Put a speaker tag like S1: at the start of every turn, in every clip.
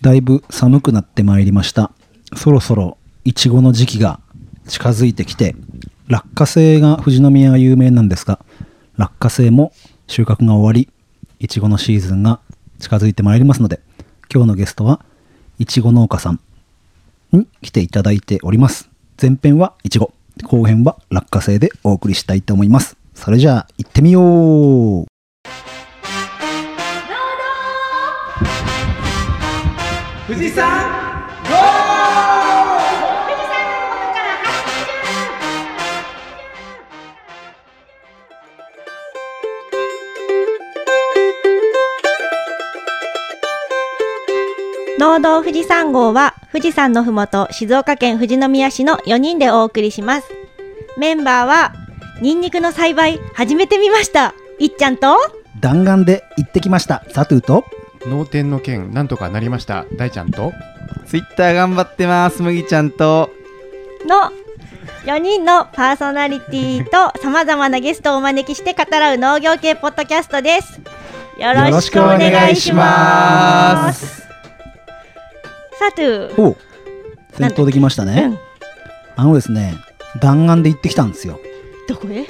S1: だいぶ寒くなってまいりましたそろそろいちごの時期が近づいてきて落花生が富士宮は有名なんですが落花生も収穫が終わりいちごのシーズンが近づいてまいりますので今日のゲストはいちご農家さんに来ていただいております前編はいちご後編は落花生でお送りしたいと思いますそれじゃあ行ってみよう
S2: 富士山
S3: 農道富士山号は富士山のふもと静岡県富士宮市の4人でお送りしますメンバーはニンニクの栽培始めてみましたいっちゃんと
S1: 弾丸で行ってきましたサトゥーと
S4: 脳天の件なんとかなりました大ちゃんと
S2: ツイッター頑張ってます麦ちゃんと
S3: の4人のパーソナリティと様々なゲストをお招きして語らう農業系ポッドキャストですよろしくお願いしますさて
S1: おう戦闘できました
S3: う
S1: ね
S3: ん
S1: あのですね弾丸で行ってきたんですよ
S3: どこへ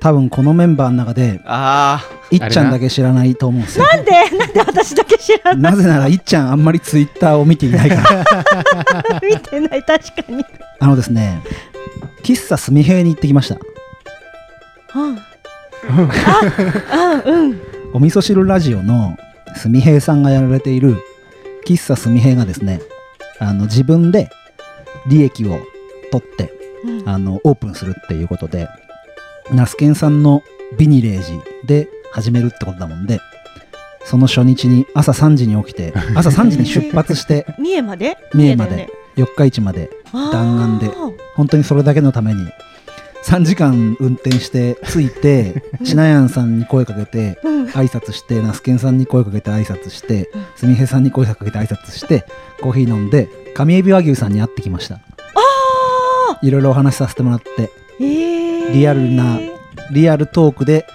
S1: 多分このメンバーの中で
S2: あ
S1: いっちゃんだけ知らないと思うんですよ
S3: なんでなんで私だけ知らない
S1: なぜならいっちゃんあんまりツイッターを見ていないから
S3: 見てない確かに
S1: あのですね喫茶すみへいに行ってきました
S3: うんあうんうん
S1: お味噌汁ラジオのすみへいさんがやられている喫茶すみへいがですねあの自分で利益を取って
S3: うん
S1: あのオープンするっていうことでナスケンさんのビニレージで始めるってことだもんでその初日に朝3時に起きて朝3時に出発して
S3: 三重まで
S1: 三重ま
S3: だよね
S1: で4日市まで弾丸で
S3: あー
S1: 本当にそれだけのために3時間運転して着いてしなやんさんに声かけて
S3: うん
S1: 挨拶してナスケンさんに声かけて挨拶して
S3: うん
S1: すみへさんに声かけて挨拶してコーヒー飲んで上エビ和牛さんに会ってきました
S3: あ
S1: いろいろお話しさせてもらって
S3: ーえー
S1: リアルなリアルトークで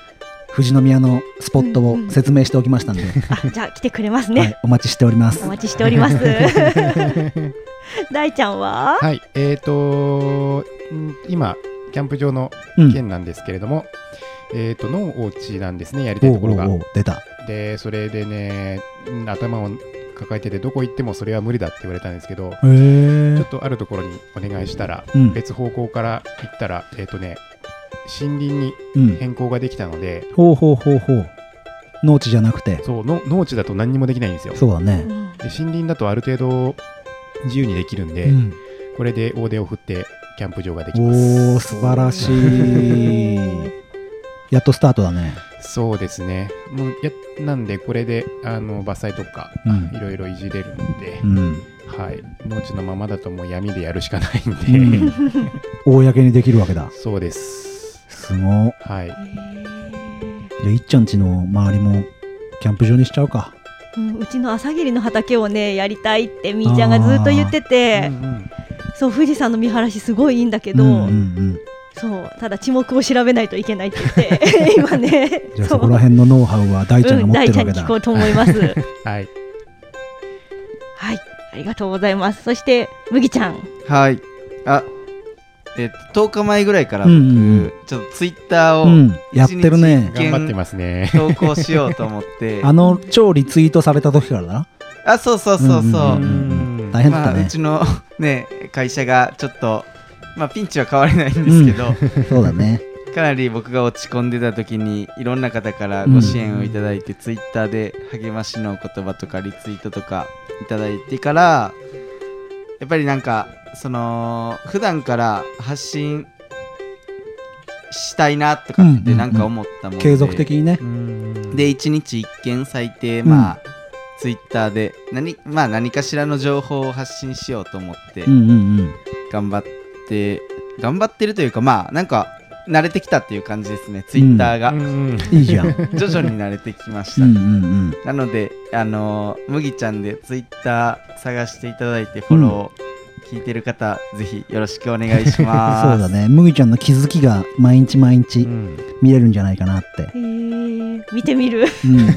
S1: 富士宮のスポット
S3: う
S1: を
S3: んうん
S1: 説明しておきましたので、
S3: あじゃあ来てくれます
S1: は
S3: ね
S1: い、お待ちしております
S3: お。待ちしております 大ちゃんは
S4: はいえーとん今キャンプ場の
S1: うん
S4: 件なんですけれども、えーと脳おうちなんですねやりたい
S1: お
S4: と
S1: う
S4: こ
S1: お
S4: ろ
S1: う
S4: が
S1: おう出た。
S4: でそれでねん頭を抱えててどこ行ってもそれは無理だって言われたんですけど
S1: へ
S4: ちょ
S1: え
S4: っ。とあるところにお願いしたら、
S1: うん
S4: 別方向から行ったらえーとね森林に
S1: うん。
S4: 変更ができたので、
S1: ほうほうほうほう。農地じゃなくて。
S4: そうの農地だと何にもできないんですよで
S1: そうだね。
S4: 森林だとある程度自由にできるんで、
S1: うん、
S4: これで大手を振ってキャンプ場ができます。
S1: おお素晴らしい。 やっとスタートだね。
S4: そうですね。もうやなんでこれであの伐採とか、
S1: うん
S4: いろいろいじれるんで、
S1: うん。
S4: はい。農地のままだともう闇でやるしかない
S1: うん
S4: で、
S1: ん公にできるわけだ。
S4: そうです。
S1: すごい。
S4: はい。
S1: じゃあいっちゃんちの周りもキャンプ場にしちゃうか。
S3: うんうちの朝霧の畑をねやりたいってみーちゃんがずっと言ってて
S4: うんうん
S3: そう富士山の見晴らしすごいいいんだけ
S1: う
S3: ど、
S1: んうんうん。
S3: そうただ地目を調べないといけないって言って 今ね
S1: じゃあそこら辺のノウハウは大ちゃんが
S3: うん
S1: 持って
S3: 大
S1: る
S3: ち
S1: わ
S3: ゃん
S1: け
S3: に
S1: だ。
S3: 聞こうと思います
S4: はい。
S3: はいありがとうございますそして麦ちゃん
S2: はいあえっと10日前ぐらいから
S1: う
S2: 僕、
S1: んうんうん
S2: ちょっとツイッターを、
S1: うん、やってるね。
S2: 一日
S4: 頑張ってますね。
S2: 投稿しようと思って
S1: あの超リツイートされた時からだな。
S2: あそうそうそうそう、
S1: んん
S4: うん
S1: 大変だっ
S2: ま
S1: た
S2: あ、う
S1: ね。
S2: ちのね会社がちょっとまあピンチは変われないんですけど、
S1: そうだね。
S2: かなり僕が落ち込んでた時にいろんな方からご支援をいただいて、ツイッターで励ましの言葉とかリツイートとかいただいてからやっぱりなんかその普段から発信したいなとか
S1: うん
S2: っ
S1: うんう
S2: て
S1: ん
S2: なんか思ったもんで、
S1: 継続的にね。
S2: で1日1件最低まあ、ツイッターで何,、まあ、何かしらの情報を発信しようと思って
S1: うんうんうん。
S2: 頑張って、頑張ってるというかまあなんか慣れてきたっていう感じですねツイッターが、
S4: うんうん
S1: いいじゃん。
S2: 徐々に慣れてきまし
S1: う
S2: た、
S1: んうんうん。
S2: なのであのー麦ちゃんでツイッター探していただいてフォロー聞いてる方、ぜひよろしくお願いします
S1: そうだね。麦ちゃんの気づきが毎日毎日
S4: うん
S1: 見れるんじゃないかなって。
S3: えー、見てみる
S1: うん。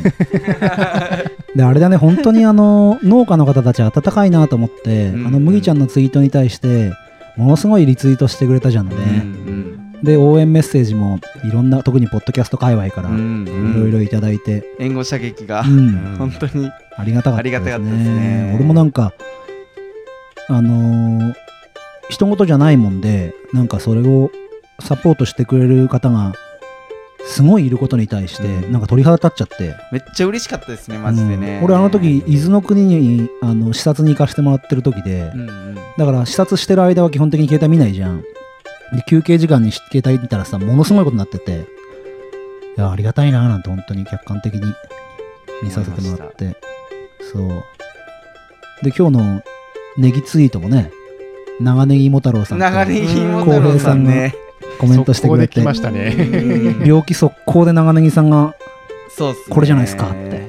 S1: であれだね本当にあの農家の方たち温かいなと思って、
S2: うん
S1: あの麦ちゃんのツイートに対してものすごいリツイートしてくれたじゃんね、
S2: うん
S1: で応援メッセージもいろんな特にポッドキャスト界隈か
S2: う
S1: らい
S2: んうん
S1: ろいろいただいて、
S2: 援護射撃が
S1: うん
S2: 本当に
S1: ありがたかったです
S2: あり
S1: ね
S2: がたかったですね
S1: 俺もなんかあのー、人事じゃないもんでなんかそれをサポートしてくれる方がすごいいることに対して、
S2: うん
S1: なんか鳥肌立っちゃって
S2: めっちゃ嬉しかったですねマジでね、
S1: うん俺あの時伊豆の国にあの視察に行かせてもらってる時で、
S2: うんうん
S1: だから視察してる間は基本的に携帯見ないじゃんで休憩時間に携帯見たらさものすごいことになってていやありがたいなーなんて本当に客観的に見させてもらってそうで今日のネギツイートもね長ネギ芋太郎さんと
S2: 長ネギ桃太郎さんね
S1: コメントしてくれて
S4: そこで来ましたね。
S2: うん
S1: 病気速攻で長ネギさんが
S2: そうっすね
S1: これじゃないっすかって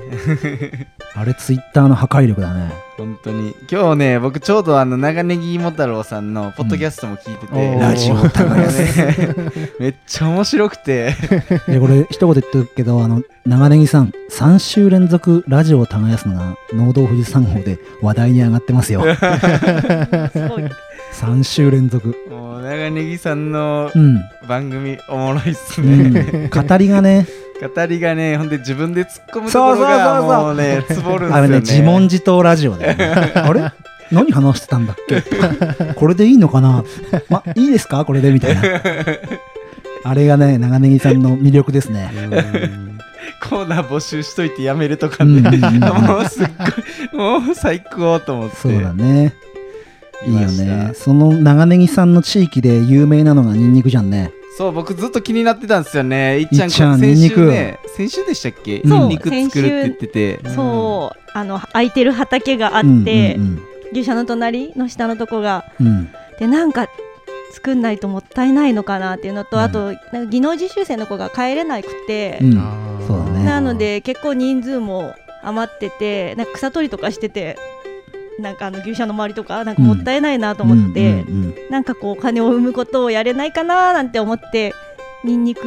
S1: あれツイッターの破壊力だね
S2: 本当に今日ね僕ちょうどあの長ネギ桃太郎さんのポッドキャストも聞いてて、
S4: うんおー
S1: ラジオ耕す
S2: ねめっちゃ面白くて
S1: でこれ一言言っておくけどあの長ネギさん3週連続ラジオを耕すのが農道富士山号で話題に上がってますよ
S3: すごい。
S1: 3週連続
S2: もう長ネギさんの
S1: うん、
S2: 番組おもろいっす
S1: う
S2: ね、
S1: ん、語りがね
S2: 語りがねほんで自分で突っ込むとこ
S1: そ
S2: ろが
S1: うそうそうそう
S2: もうねつぼるんす
S1: あ
S2: よ
S1: れ
S2: ね
S1: ね自問自答ラジオだよねあれ何話してたんだっけこれでいいのかなまいいですかこれでみたいなあれがね長ネギさんの魅力ですね
S2: コーナー募集しといてやめるとか
S1: うん
S2: ね、
S1: うんうん
S2: もうすっごいもう最高と思って
S1: そうだねいい
S2: 見ま
S1: よ
S2: した
S1: ねその長ネギさんの地域で有名なのがニンニクじゃんね
S2: そう僕ずっと気になってたんですよねいっちゃ
S1: い
S2: ん
S1: っちゃん
S2: 先
S1: ニンニ
S2: 週
S1: ク
S2: ね先週でしたっけ
S1: そう
S2: ニンニク作るって言ってて
S3: そう、あの空いてる畑があって、
S1: うん
S3: 牛舎の隣の下のとこが
S1: うんうんうん
S3: でなんか作んないともったいないのかなっていうのと、
S1: うん
S3: あとなんか技能実習生の子が帰れなくて、
S1: うん
S4: あー
S1: そうだね
S3: なので結構人数も余っててなんか草取りとかしててなんかあの牛舎の周りとかなんかもったいないなと思って、
S1: うんうんうん
S3: なんかこうお金を生むことをやれないかななんて思ってニンニク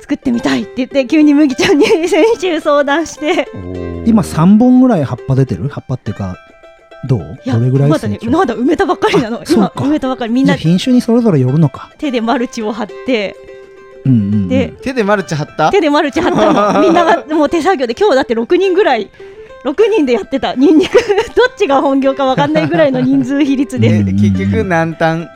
S3: 作ってみたいって言って急に麦ちゃんに先週相談して
S4: おー
S1: 今3本ぐらい葉っぱ出てる葉っぱっていうかどうどれぐらい
S3: まだねまだ埋めたばっかりなの
S1: あそう
S3: 今
S1: か
S3: 埋めたばっかりみ
S1: み
S3: ん
S1: ん
S3: な
S1: な品種にそれぞれよるのか、
S3: 手でマルチを張って
S1: うんうんうん
S3: で
S2: 手でマルチ貼った
S3: 手でマルチ張 ったのみんながもう手作業で今日だって6人ぐらい6人でやってたニンニク どっちが本業かわかんないぐらいの人数比率
S1: う
S3: で
S1: ん
S2: で結局何単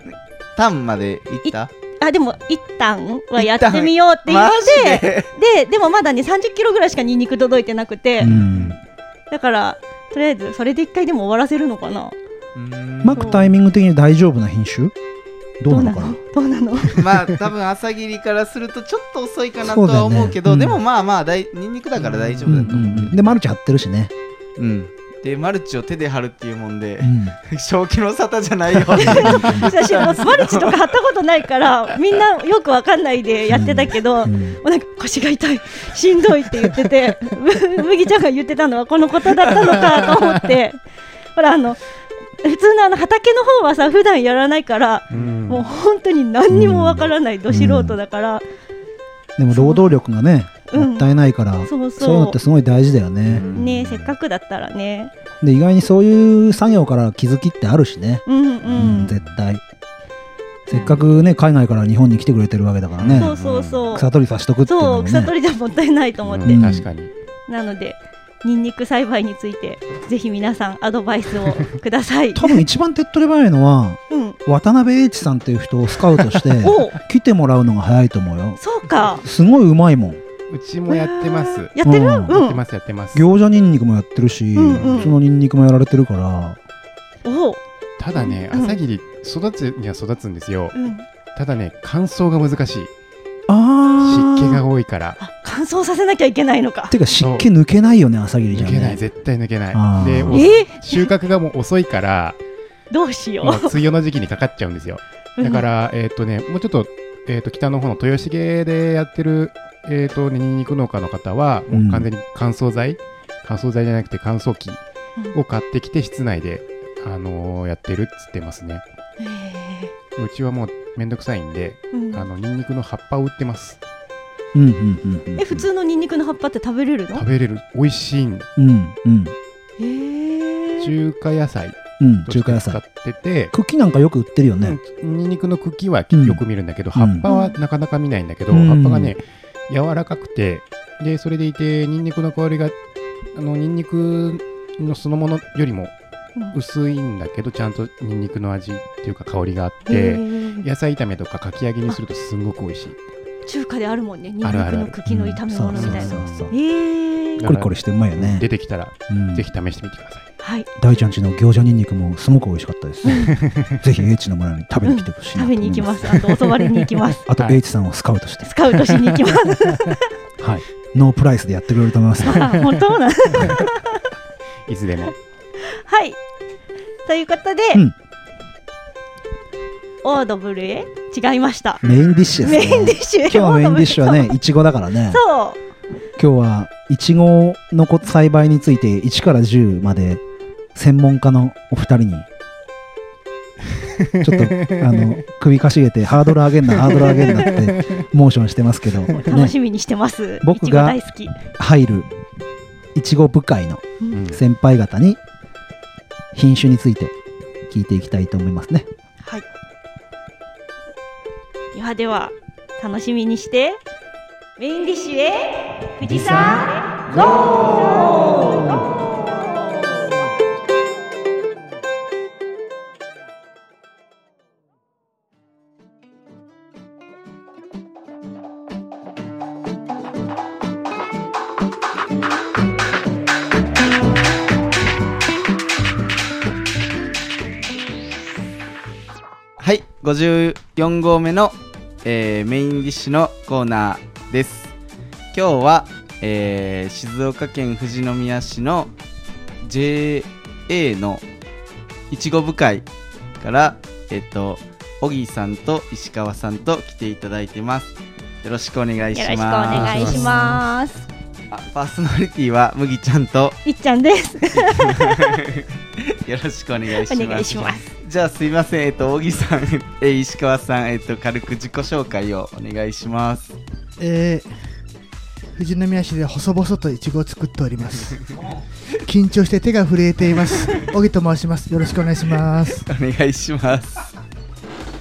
S2: 単までいった
S3: あでも一旦はやってみようって言
S2: マ
S3: っ
S2: ジ
S3: て
S2: で
S3: ででもまだね30キロぐらいしかニンニク届いてなくて、
S1: うん
S3: だからとりあえずそれで一回でも終わらせるのかな
S1: まくタイミング的に大丈夫な品種どうなのかな
S3: どうなのどうなの
S2: まあ多分朝霧からするとちょっと遅いかなと
S1: そうだ
S2: は
S1: よね
S2: 思うけど
S1: うん
S2: でもまあまあだいニンニクだから大丈
S1: う
S2: 夫
S1: んう
S2: だ
S1: ん
S2: と思うけど
S1: うんでマルチ張ってるしね、
S2: うんでマルチを手で貼るっていうもんで
S1: うん
S2: 正気の沙汰じゃないよ
S3: 私もうマルチとか貼ったことないからみんなよくわかんないでやってたけど、
S1: う
S3: も
S1: ん
S3: うなんか腰が痛いしんどいって言っててむ麦ちゃんが言ってたのはこのことだったのかと思ってほらあの普通のあの畑の方はさ普段やらないから
S4: うん
S3: もう本当に何にもわからないど素人だから、
S1: でも労働力がね
S3: うん
S1: もったいないから、
S3: そうそう
S1: そういうのってすごい大事だよね、
S3: ねせっかくだったらね
S1: で意外にそういう作業から気づきってあるしね、
S3: うんう、
S1: うん絶対せっかくね海外から日本に来てくれてるわけだからね、
S3: そうそうそう、
S1: 草取りさしとくっていうの
S3: そ
S1: も
S3: う
S1: ね
S3: 草取りじゃもったいないと思って、
S4: うん確かに。
S3: なのでニンニク栽培についてぜひ皆さんアドバイスをください
S1: 多分一番手っ取り早いのは
S3: うん
S1: 渡辺英知さんっていう人をスカウトして
S3: おう
S1: 来てもらうのが早いと思うよ
S3: そうか
S1: すごいうまいもん
S4: うちもやってます。
S3: やってる
S1: うん
S3: う
S4: やって
S3: ん
S4: ます、やってます。
S1: 餃子ニンニクもやってるし、
S3: うんうん
S1: そのニンニクもやられてるから
S3: おう
S4: ただね、
S3: うん
S4: 朝霧、育つには育つんですよ
S3: う。ん
S4: ただね、乾燥が難しい。
S1: あ
S4: 湿気が
S1: っ
S4: 多いから。
S3: あ乾燥させなきゃいけないのか
S1: ていうか湿気抜けないよね朝霧じ
S4: 抜
S1: ゃん、
S4: けない、
S1: ね、
S4: 絶対抜けな
S1: あー
S4: い。で、もう
S3: え
S4: 収穫がもう遅いから、
S3: どうしよ
S4: もう梅雨の時期にかかっちゃうんですよ。
S3: う
S4: だから、えっ、とね、もうちょっと、えっ、と、北の方の豊重でやってる、えっ、とね、ニンニク農家の方は、
S1: うん
S4: もう完全に乾燥剤、乾燥剤じゃなくて乾燥機を買ってきて、室内で、あのーやってるっつってますね。
S3: うんへえ
S4: うちはもうめんどくさいんで、
S3: うん
S4: あの、ニンニクの葉っぱを売ってます。
S1: うんうんうんうんうん
S3: え普通のニンニクの葉っぱって食べれるの
S4: 食べれる美味しいん
S1: うんうん
S3: へー
S4: 中華野菜
S1: うん
S4: と
S1: 中
S4: し
S1: 華野
S4: て使
S1: 菜
S4: ってて
S1: 茎なんかよく売ってるよね
S4: うんニンニクの茎は
S1: うん
S4: よく見るんだけど、
S1: うん
S4: 葉っぱはなかなか見ないんだけど、
S1: うん
S4: 葉っぱがね柔らかくてでそれでいてニンニクの香りがあのニンニクのそのものよりも薄いんだけどちゃんとニンニクの味っていうか香りがあっ
S3: へ
S4: て、
S3: ー
S4: 野菜炒めとかかき揚げにするとすんごく美味しい
S3: 中華であるもんねニンニ
S4: あ
S3: ク
S4: るある
S3: の茎の炒め物みたいな
S1: うんそうそうそうそう
S3: へー
S4: だ
S1: コリコリしてうまいよね
S4: 出てきたら
S1: うん
S4: ぜひ試してみてください、
S3: はい
S1: 大ちゃんちの餃子ニンニクもすごく美味しかった ですぜひ H の村に食べに来てほしいな
S3: 食
S1: と思
S3: べ
S1: い
S3: に行き
S1: ま
S3: ますすあと教わりに行きます
S1: あと
S4: はい
S1: H さんをスカウトして
S3: スカウトしに行きます
S1: はいノープライスでやってくれると思いますよ
S3: あ本当な
S4: い、つでも
S3: はいということで、
S1: うん
S3: オードブルへ違いました
S1: メインディッシュ
S3: メ
S1: です
S3: インディ
S1: ね
S3: ッシュ
S1: 今日のメインディッシュはねいちごだからね
S3: そう
S1: 今日はいちごのこ栽培について1から10まで専門家のお二人にちょっとあの首かしげてハードル上げんなハードル上げんなってモーションしてますけど、
S3: 楽
S1: ね、
S3: しみにしてます。
S1: 僕
S3: いちご
S1: が
S3: 大好き。
S1: 入るいちご部会の
S4: うん
S1: 先輩方に品種について聞いていきたいと思いますね。
S3: はい。ではでは楽しみにしてメインディッシュへ富士山ゴー。
S2: はい54号目の、えーメインディッシュのコーナーです今日は、えー静岡県富士宮市の JA のいちご部会からえっ、と小木さんと石川さんと来ていただいてますよろしくお願いし
S3: よ
S2: ます
S3: ろしくお願いします。
S2: あパーソナリティは麦ちゃんと
S3: いっちゃんです。
S2: よろしくお願いします
S3: お願いします。
S2: じゃあすいません、えっと、小木さん、えー石川さん、えっと、軽く自己紹介をお願いします。
S5: えー、富士宮市で細々とイチゴを作っており ます緊張して手が震えています小木と申しますよろしくお願いします
S2: お願いします。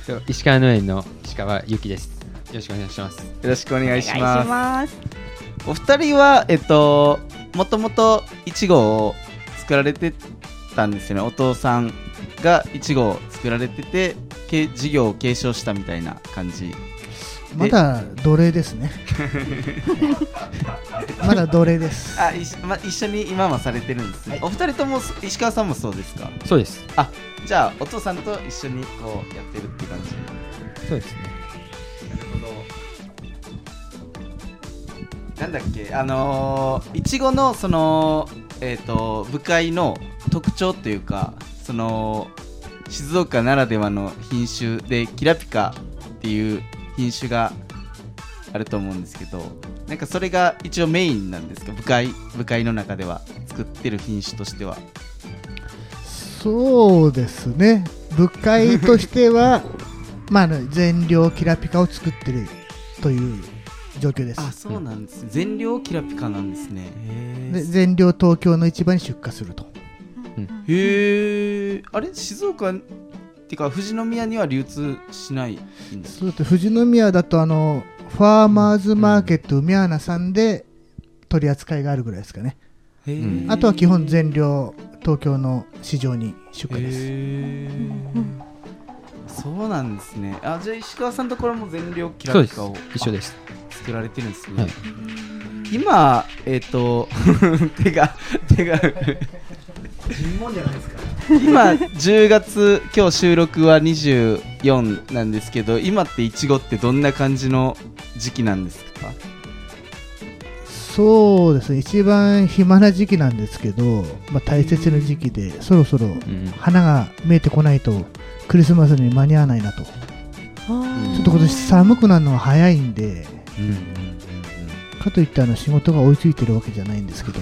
S2: よ
S6: そう石川農園の石川由紀です。よろしくお願いします。
S2: ろしくお
S3: お
S2: 願いします。
S3: す。
S2: お二人は、えっと、もともといちごを作られてたんですよね。お父さんがいちごを作られてて、け事業を継承したみたいな感じ。
S5: まだ奴隷です ねまだ奴隷です
S2: あ、いしま、一緒に今もされてるんですね。
S5: は
S2: お
S5: い
S2: 二人ともそ、石川さんもそうですか
S6: そうです。
S2: じゃあ、お父さんと一緒にこうやってるって感じ。
S6: そうですね。
S2: なんだっけあのーいちごのそのえっ、と部会の特徴というかその静岡ならではの品種でキラピカっていう品種があると思うんですけどなんかそれが一応メインなんですか部会部会の中では作ってる品種としては
S5: そうですね部会としては まああの全量キラピカを作ってるという状況です
S2: あそうなんですね全量キラピカなんですね
S5: で全量東京の市場に出荷すると
S2: へえあれ静岡ってか富士宮には流通しないんです
S5: そうだって富士宮だとあのファーマーズマーケット梅穴さんで取り扱いがあるぐらいですかね
S2: へー
S5: あとは基本全量東京の市場に出荷です
S2: へ
S3: う
S2: ー
S3: ん
S2: そうなんですねあじゃあ石川さんとこれも全量キ
S6: そう
S2: ラ
S6: で
S2: ピ
S6: す
S2: カを。
S6: 一緒です。
S2: 作られてるんですね、
S6: はい
S2: 今えっ、と 手が手が今10月今日収録は24なんですけど今っていちごってどんな感じの時期なんですか
S5: そうですね一番暇な時期なんですけど、まあ、大切な時期でそろそろ
S6: うん。
S5: 花が見えてこないとクリスマスに間に合わないなとちょっと今年寒くなるのは早いんでかといってあの仕事が追いついてるわけじゃないんですけど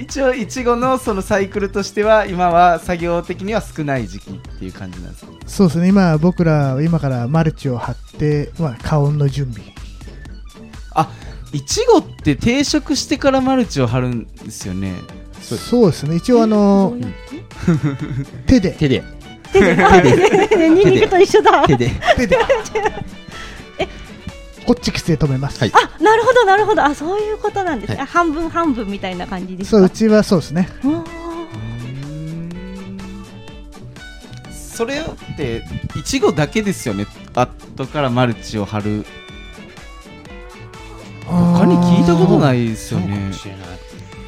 S2: 一応いちごのそのサイクルとしては今は作業的には少ない時期っていう感じなんですか
S5: そうですね今僕ら今からマルチを張って、まあ、花音の準備
S2: あいちごって定食してからマルチを張るんですよね
S5: そうですね一応あの手で
S6: 手で
S3: 手であ手でニンニクと一緒だ
S6: 手で
S5: 手でこっち規制止めます、
S6: はい
S3: あなるほどなるほどあそういうことなんですね、
S6: はい
S3: あ半分半分みたいな感じです
S5: そうう
S3: か
S5: ちはそうですね
S3: あ
S2: それっていちごだけですよね後からマルチを張る他に聞いたこと
S5: い
S2: ないですよね
S6: れない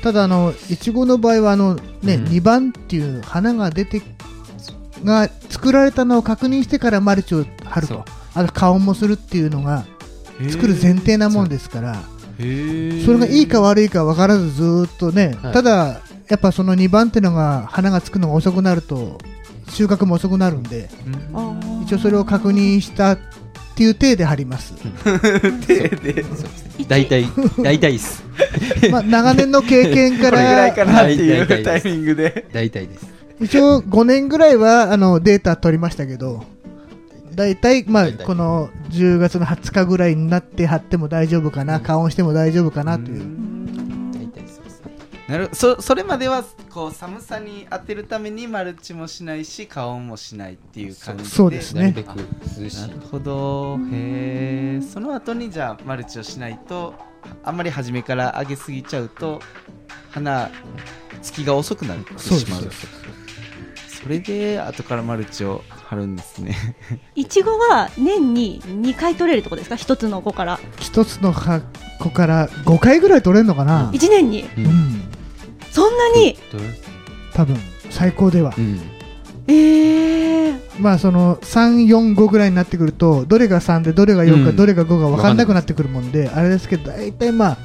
S5: ただあのいちごの場合はあのね、
S6: うん
S5: 2番っていう花が出てが作られたのを確認してからマルチを張る
S6: そう
S5: とあと花音もするっていうのが作る前提なもんですから、それがいいか悪いか分からずずーっとね、
S6: はい
S5: ただやっぱその2番ってのが花がつくのが遅くなると収穫も遅くなるんで
S3: ー
S5: 一応それを確認したっていう体で張ります、
S6: 大体大体です
S5: まあ、長年の経験
S2: これ
S5: か
S2: ぐらいからなっていう
S6: はい大
S2: タ
S6: 体
S2: イミングで
S6: 大体です
S5: 一応5年ぐらいはあのデータ取りましたけど大体まあ
S6: 大体
S5: この10月の20日ぐらいになって張っても大丈夫かな加温しても大丈夫かなという
S6: 大体そうです
S2: なるそそれまではこう寒さに当てるためにマルチもしないし花音もしないっていう感じで
S5: そうですね
S6: なるべく涼し
S2: ないるほどへえその後にじゃあマルチをしないとあんまり初めから上げすぎちゃうと花つきが遅くなってしまうそれで後からマルチを張るんですね
S3: いちごは年に2回取れるってことですか一つの子から
S5: 一つの箱から5回ぐらい取れるのかな、
S3: 1年に
S5: う
S6: うんん
S3: そんなに
S5: 多分最高では
S6: う、ん
S3: ええー、
S5: まあその345ぐらいになってくるとどれが3でどれが4か、
S6: うん
S5: どれが5か分かんなくなってくるもんであれですけど大体まあ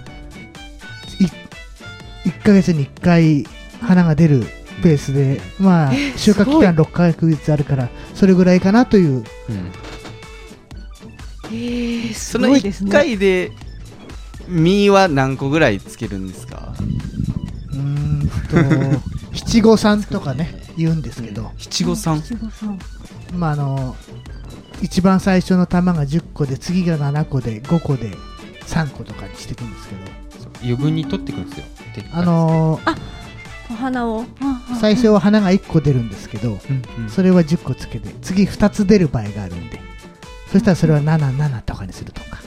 S5: 1ヶ月に1回花が出るペースでまあ収穫期間6ヶ月あるからそれぐらいかなという
S6: うん
S3: えー、す
S2: その
S3: ごいです
S2: 1
S3: ね
S2: 回で実は何個ぐらいつけるんですか
S5: うーん と七五三とかね言うんですけど、
S2: 七五三
S3: いちごさん
S5: まああの一番最初の玉が10個で次が7個で5個で3個とかにしていくんですけど
S6: そう余分に取っていくんですよ手に
S5: あの
S3: お花を
S5: 最初は花が1個出るんですけど、
S2: うんうん
S5: それは10個つけて次2つ出る場合があるんでそしたらそれは77とかにするとか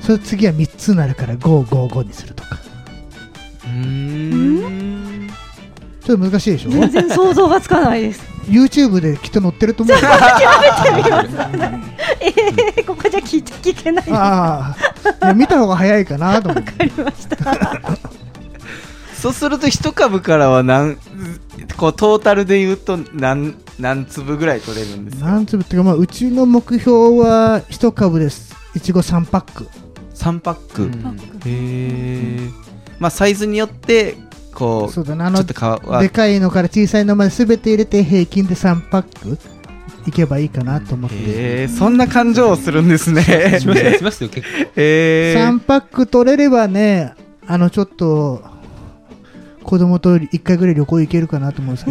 S5: それ次は3つになるから555にするとか
S2: うーん
S5: ちょっと難しいでしょ
S3: 全然想像がつかないです
S5: YouTube できっと載ってると 思うよ
S3: えー、ここじゃ聞いて聞けないわ
S5: ああいや見た方が早いかなと思って
S3: かりました
S2: そうすると一株からは何こうトータルで言うと何何粒ぐらい取れるんです か
S5: 何粒っていうか、まあ、うちの目標は1株ですいちご3パック
S2: 3パック、
S6: うん
S2: へえ、まあサイズによってこう
S5: そうだなあ
S2: ちょ
S5: の
S2: っとかわ
S5: でかいのから小さいのまで全て入れて平均で3パックいけばいいかなと思って、
S2: へえそんな感情をするんですね
S6: しますよしますよ結構
S2: へえ
S5: 3パック取れればね、あのちょっと子供と1回ぐらい旅行行けるかなと思うんです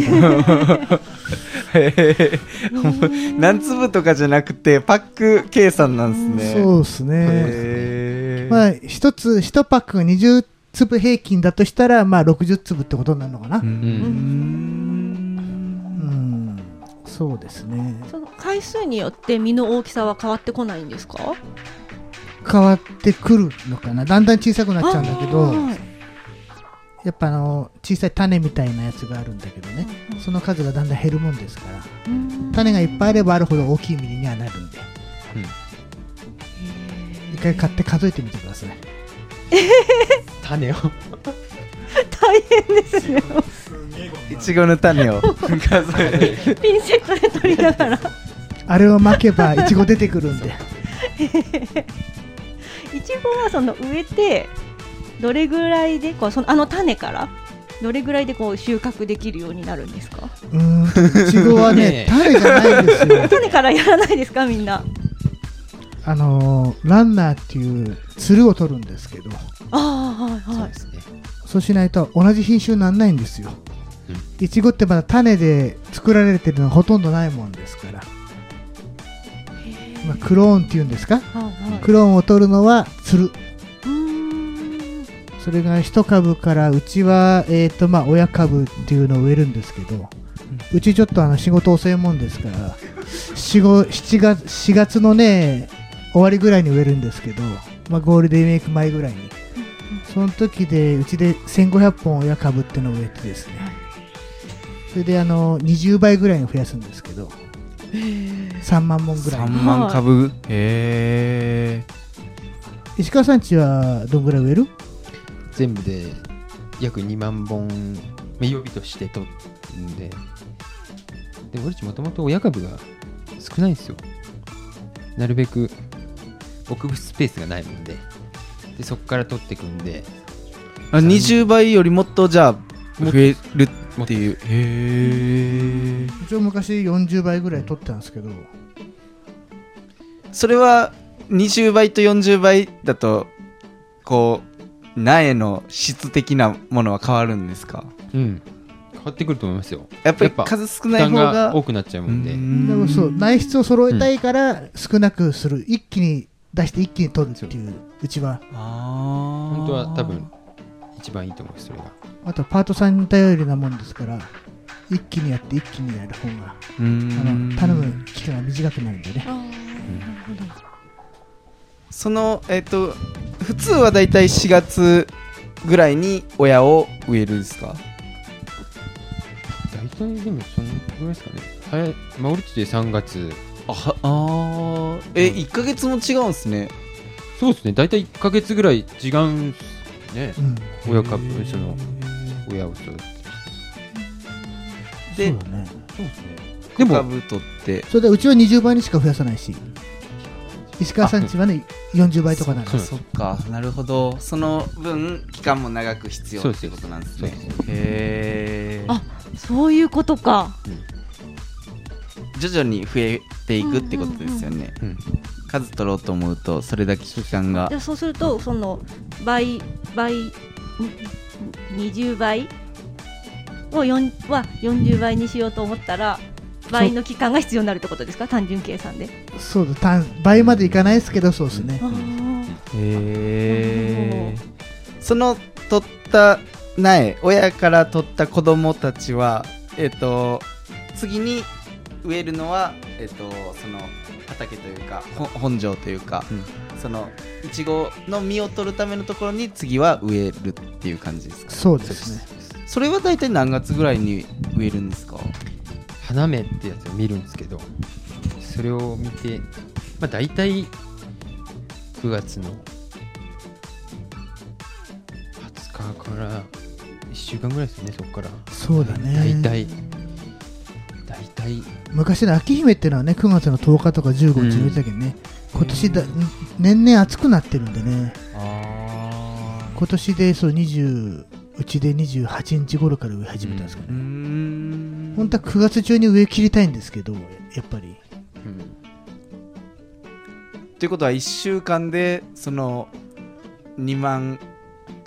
S5: け ど、
S2: 何粒とかじゃなくてパック計算なんですね
S5: そうですね、
S2: へえ
S5: まあ、1つ、1パックが20粒平均だとしたら、まあ、60粒ってことになるのかな、う、
S6: うんん
S5: そうですね、
S3: その回数によって実の大きさは変わってこないんですか
S5: 変わってくるのかな、だんだん小さくなっちゃうんだけど、やっぱあの小さい種みたいなやつがあるんだけどね、その数がだんだん減るもんですから、種がいっぱいあればあるほど大きい実にはなるんで。一回買って数えてみてください。
S6: 種 を
S3: 大変ですね
S2: いちごの種 を数える
S3: ピンセットで取りながら
S5: あれを巻けばいちご出てくるんで
S3: いちごはその植えてどれぐらいでこうそのあの種からどれぐらいでこう収穫できるようになるんですか
S5: うーんいちごはね
S6: ねえ
S5: 種じゃないんですよ
S3: 種からやらないですかみんな
S5: あのーランナーっていうつるを取るんですけど
S3: ああはい
S6: そう
S3: はい
S6: ですね
S5: そうしないと同じ品種にならないんですよ
S6: うん
S5: いちごってまだ種で作られてるのはほとんどないもんですから、まあ、クローンっていうんですかクローンを取るのはつるそれが一株からうちは、えーとまあ、親株っていうのを植えるんですけどうちちょっとあの仕事遅いもんですから4ご7月 ,4 月のね終わりぐらいに植えるんですけど、まあ、ゴールデンウィーク前ぐらいにその時でうちで1500本親株っていうのを植えてですねそれであの20倍ぐらいに増やすんですけど3万本ぐらい
S2: 3万株へえ
S5: 石川さんちはどんぐらい植える
S6: 全部で約2万本まあ予備として取るんでで俺たちもともと親株が少ないんですよなるべく置くスペースがないもんででそこから取ってくんで
S2: 20倍よりもっとじゃあ
S6: もっと
S2: 増えるっていうへえ
S5: うちは昔40倍ぐらい取ってたんですけど
S2: それは20倍と40倍だとこう苗の質的なものは変わるんですか
S6: うん変わってくると思いますよ
S2: やっぱり
S6: やっぱ
S2: 数少
S6: 負
S2: ない
S6: 担
S2: 方が
S6: が多くなっちゃうもんで
S5: でもそう
S2: い
S5: 内室を揃えたいから少なくする、一気に出して一気に取るっていううちは
S2: 本
S6: 本当は多分一番いいと思うそれが
S5: あとはパートさんに頼りなもんですから一気にやって一気にやる方が
S2: うー
S5: あ
S2: ん
S5: の頼む期間が短くなるんでね
S2: そのえっ、と普通はだいたい4月ぐらいに親を植えるんですか
S6: 大体でもそんなぐらいですかね早いまあ俺たちで3月
S2: あはあーえ
S6: うん
S2: 一1か月も違うんですね
S6: そうですね大体1ヶ月ぐらい違うんすね
S5: うん
S6: 親株その親を育て
S2: で
S6: て
S5: そうだね
S6: そうですね
S2: 小
S6: でも
S2: 株取って
S5: それでうちは20倍にしか増やさないし石川さんちはね40倍とかなんで
S6: そう
S2: そっかなるほどその分期間も長く必要
S6: そう
S2: っ
S6: で
S2: て
S6: す
S2: ことなんです
S6: そう
S2: ねへえ
S3: あそういうことか。
S2: 徐々に増えていくってことですよね、
S6: うん
S2: 数取ろうと思うとそれだけ期間が
S3: じゃあそうするとその倍倍んん20倍を四は40倍にしようと思ったら倍の期間が必要になるってことですか単純計算で。
S5: すそうだ単倍までいかないですけどそうですね、
S2: へえその取った苗親から取った子供たちはえっ、と次に植えるのはえっ、とその畑というかほ本庄というか、そのいちごの実を取るためのところに次は植えるっていう感じですか
S5: そうですね
S2: それは大体何月ぐらいに植えるんですか
S6: 花芽ってやつを見るんですけどそれを見てまあ大体9月の20日から1週間ぐらいですよねそこから
S5: そうだね
S6: 大体大体
S5: 昔の秋姫っていうのはね9月の10日とか15日に植えてたけどね、今年だ年々暑くなってるんでね
S2: あ
S5: 今年でそう20うちで28日頃から植え始めたんですけど
S2: うー
S5: ね、
S2: ん
S5: 本当は9月中に植え切りたいんですけどやっぱり
S6: うん
S2: ということは1週間でその2万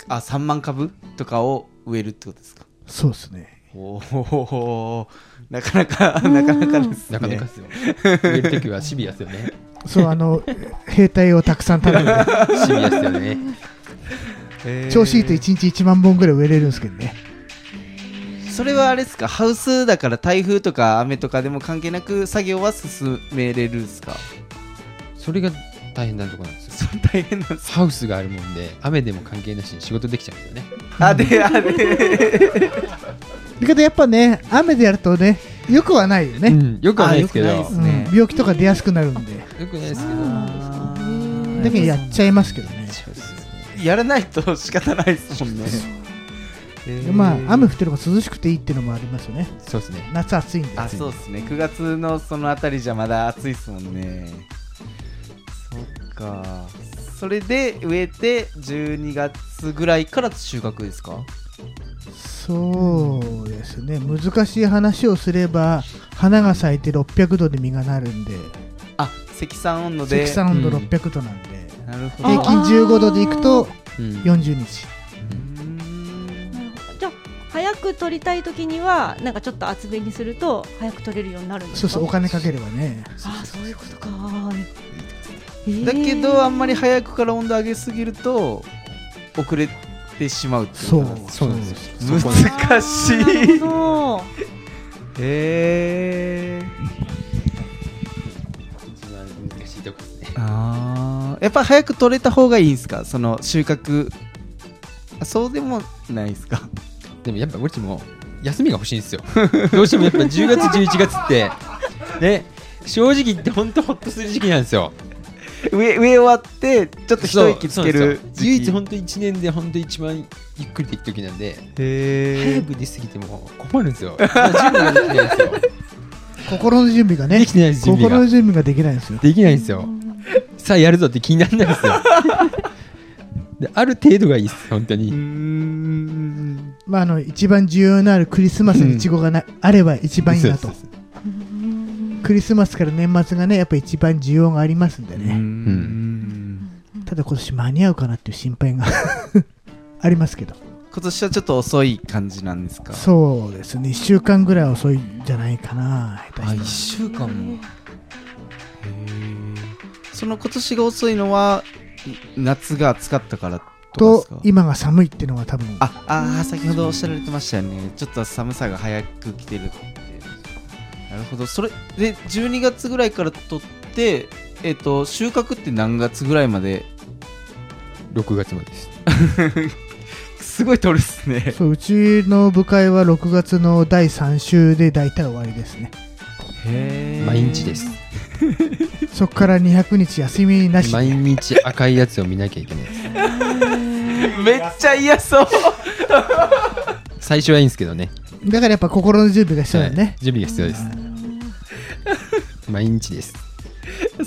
S2: あ3万株とかを植えるってことですか
S5: そうですね
S2: おおなかなかなかなかですね
S6: なかなかですよ植える時はシビアですよね
S5: そうあの 兵隊をたくさん食べるんで
S6: シビアですよね
S2: へー
S5: 調子いいと1日1万本ぐらい植えれるんですけどね
S2: それはあれですかハウスだから台風とか雨とかでも関係なく作業は進めれるんですか
S6: それが大変なとこなんですよ
S2: それ大変なんです
S6: ハウスがあるもんで雨でも関係なしに仕事できちゃうんですよね
S2: あであで
S5: だけどやっぱね雨でやるとねよくはないよね、
S6: うん、よくはないですけど
S2: あ
S6: よ
S2: よくな
S6: く
S2: いね
S5: うん病気とか出やすくなるんで
S6: ないですけど
S5: だけどやっちゃいますけどね
S2: やらないと仕方ないですもんね
S5: でまあ雨降ってるのが涼しくていいっていうのもありますよね
S6: そうですね
S5: 夏暑いんで
S2: あそうですね9月のそのあたりじゃまだ暑いですもんねそっかそれで植えて12月ぐらいから収穫ですか
S5: そうですね難しい話をすれば花が咲いて600度で実がなるんで
S2: あ積算温度で
S5: 積算温度
S6: うん
S5: 600度なんで、
S2: なるほど
S5: 平均15度でいくと
S6: うん
S5: 40日
S2: うーん
S3: じゃあ早く取りたい時にはなんかちょっと厚めにすると早く取れるようになるんです
S5: そ
S3: か
S5: うそうお金かければね
S3: ああそういうことか、
S2: だけどあんまり
S3: い
S2: 早くから温度上げすぎると遅れてしまうってことなんです
S5: そう
S6: なんですよ
S2: ね難しい
S3: そう
S2: へえ
S6: 一番難しいとこですね
S2: あーやっぱ早く取れた方がいいんですかその収穫あそうでもないですか
S6: でもやっぱ俺たちも休みが欲しいんですよどうしてもやっぱ10月11月ってね正直言ってほんとホッとする時期なんですよ
S2: 植え植え終わってちょっと
S6: そ
S2: 一
S6: う
S2: 息つける
S6: そうなんですよ
S2: 時期
S6: 唯一本当一年で本当一番ゆっくりできた時なんで
S2: へ
S6: 早
S2: え
S6: く出すぎても困るんですよ準備ができないんですよ
S5: 心の準備がね
S6: できてないです準備
S5: 心
S6: が
S5: の準備ができないんですよ
S6: できないんですよさあやるぞって気にならないんですよである程度がいいです本当に、
S2: ん
S5: まああの一番重要なるクリスマスにイチゴがな、あれば一番いいな
S6: そ
S5: と
S6: うそうそう
S5: クリスマスから年末がねやっぱ一番需要がありますんでね、ただ今年間に合うかなっていう心配が ありますけど
S2: 今年はちょっと遅い感じなんですか
S5: そうですね1週間ぐらい遅いんじゃないかな下手
S6: あ
S5: し
S6: 1
S5: たら
S6: 週間も
S2: その今年が遅いのは夏が暑かったからと
S5: と
S2: かですか
S5: 今が寒いっていうのが多分
S2: ああー先ほどおっしゃられてましたよねちょっと寒さが早く来てるってなるほどそれで12月ぐらいから取ってえっ、と収穫って何月ぐらいまで
S6: 6月までです
S2: すごい取るっすね
S5: そううちの部会は6月の第3週で大体終わりですね
S2: へ
S6: 毎日です
S5: そこから200日休みなし
S6: 毎日赤いやつを見なきゃいけないです
S2: めっちゃ嫌そう
S6: 最初はいいんですけどね
S5: だからやっぱ心の準備が必要だよ
S6: はい
S5: ね、
S6: 準備が必要です毎日です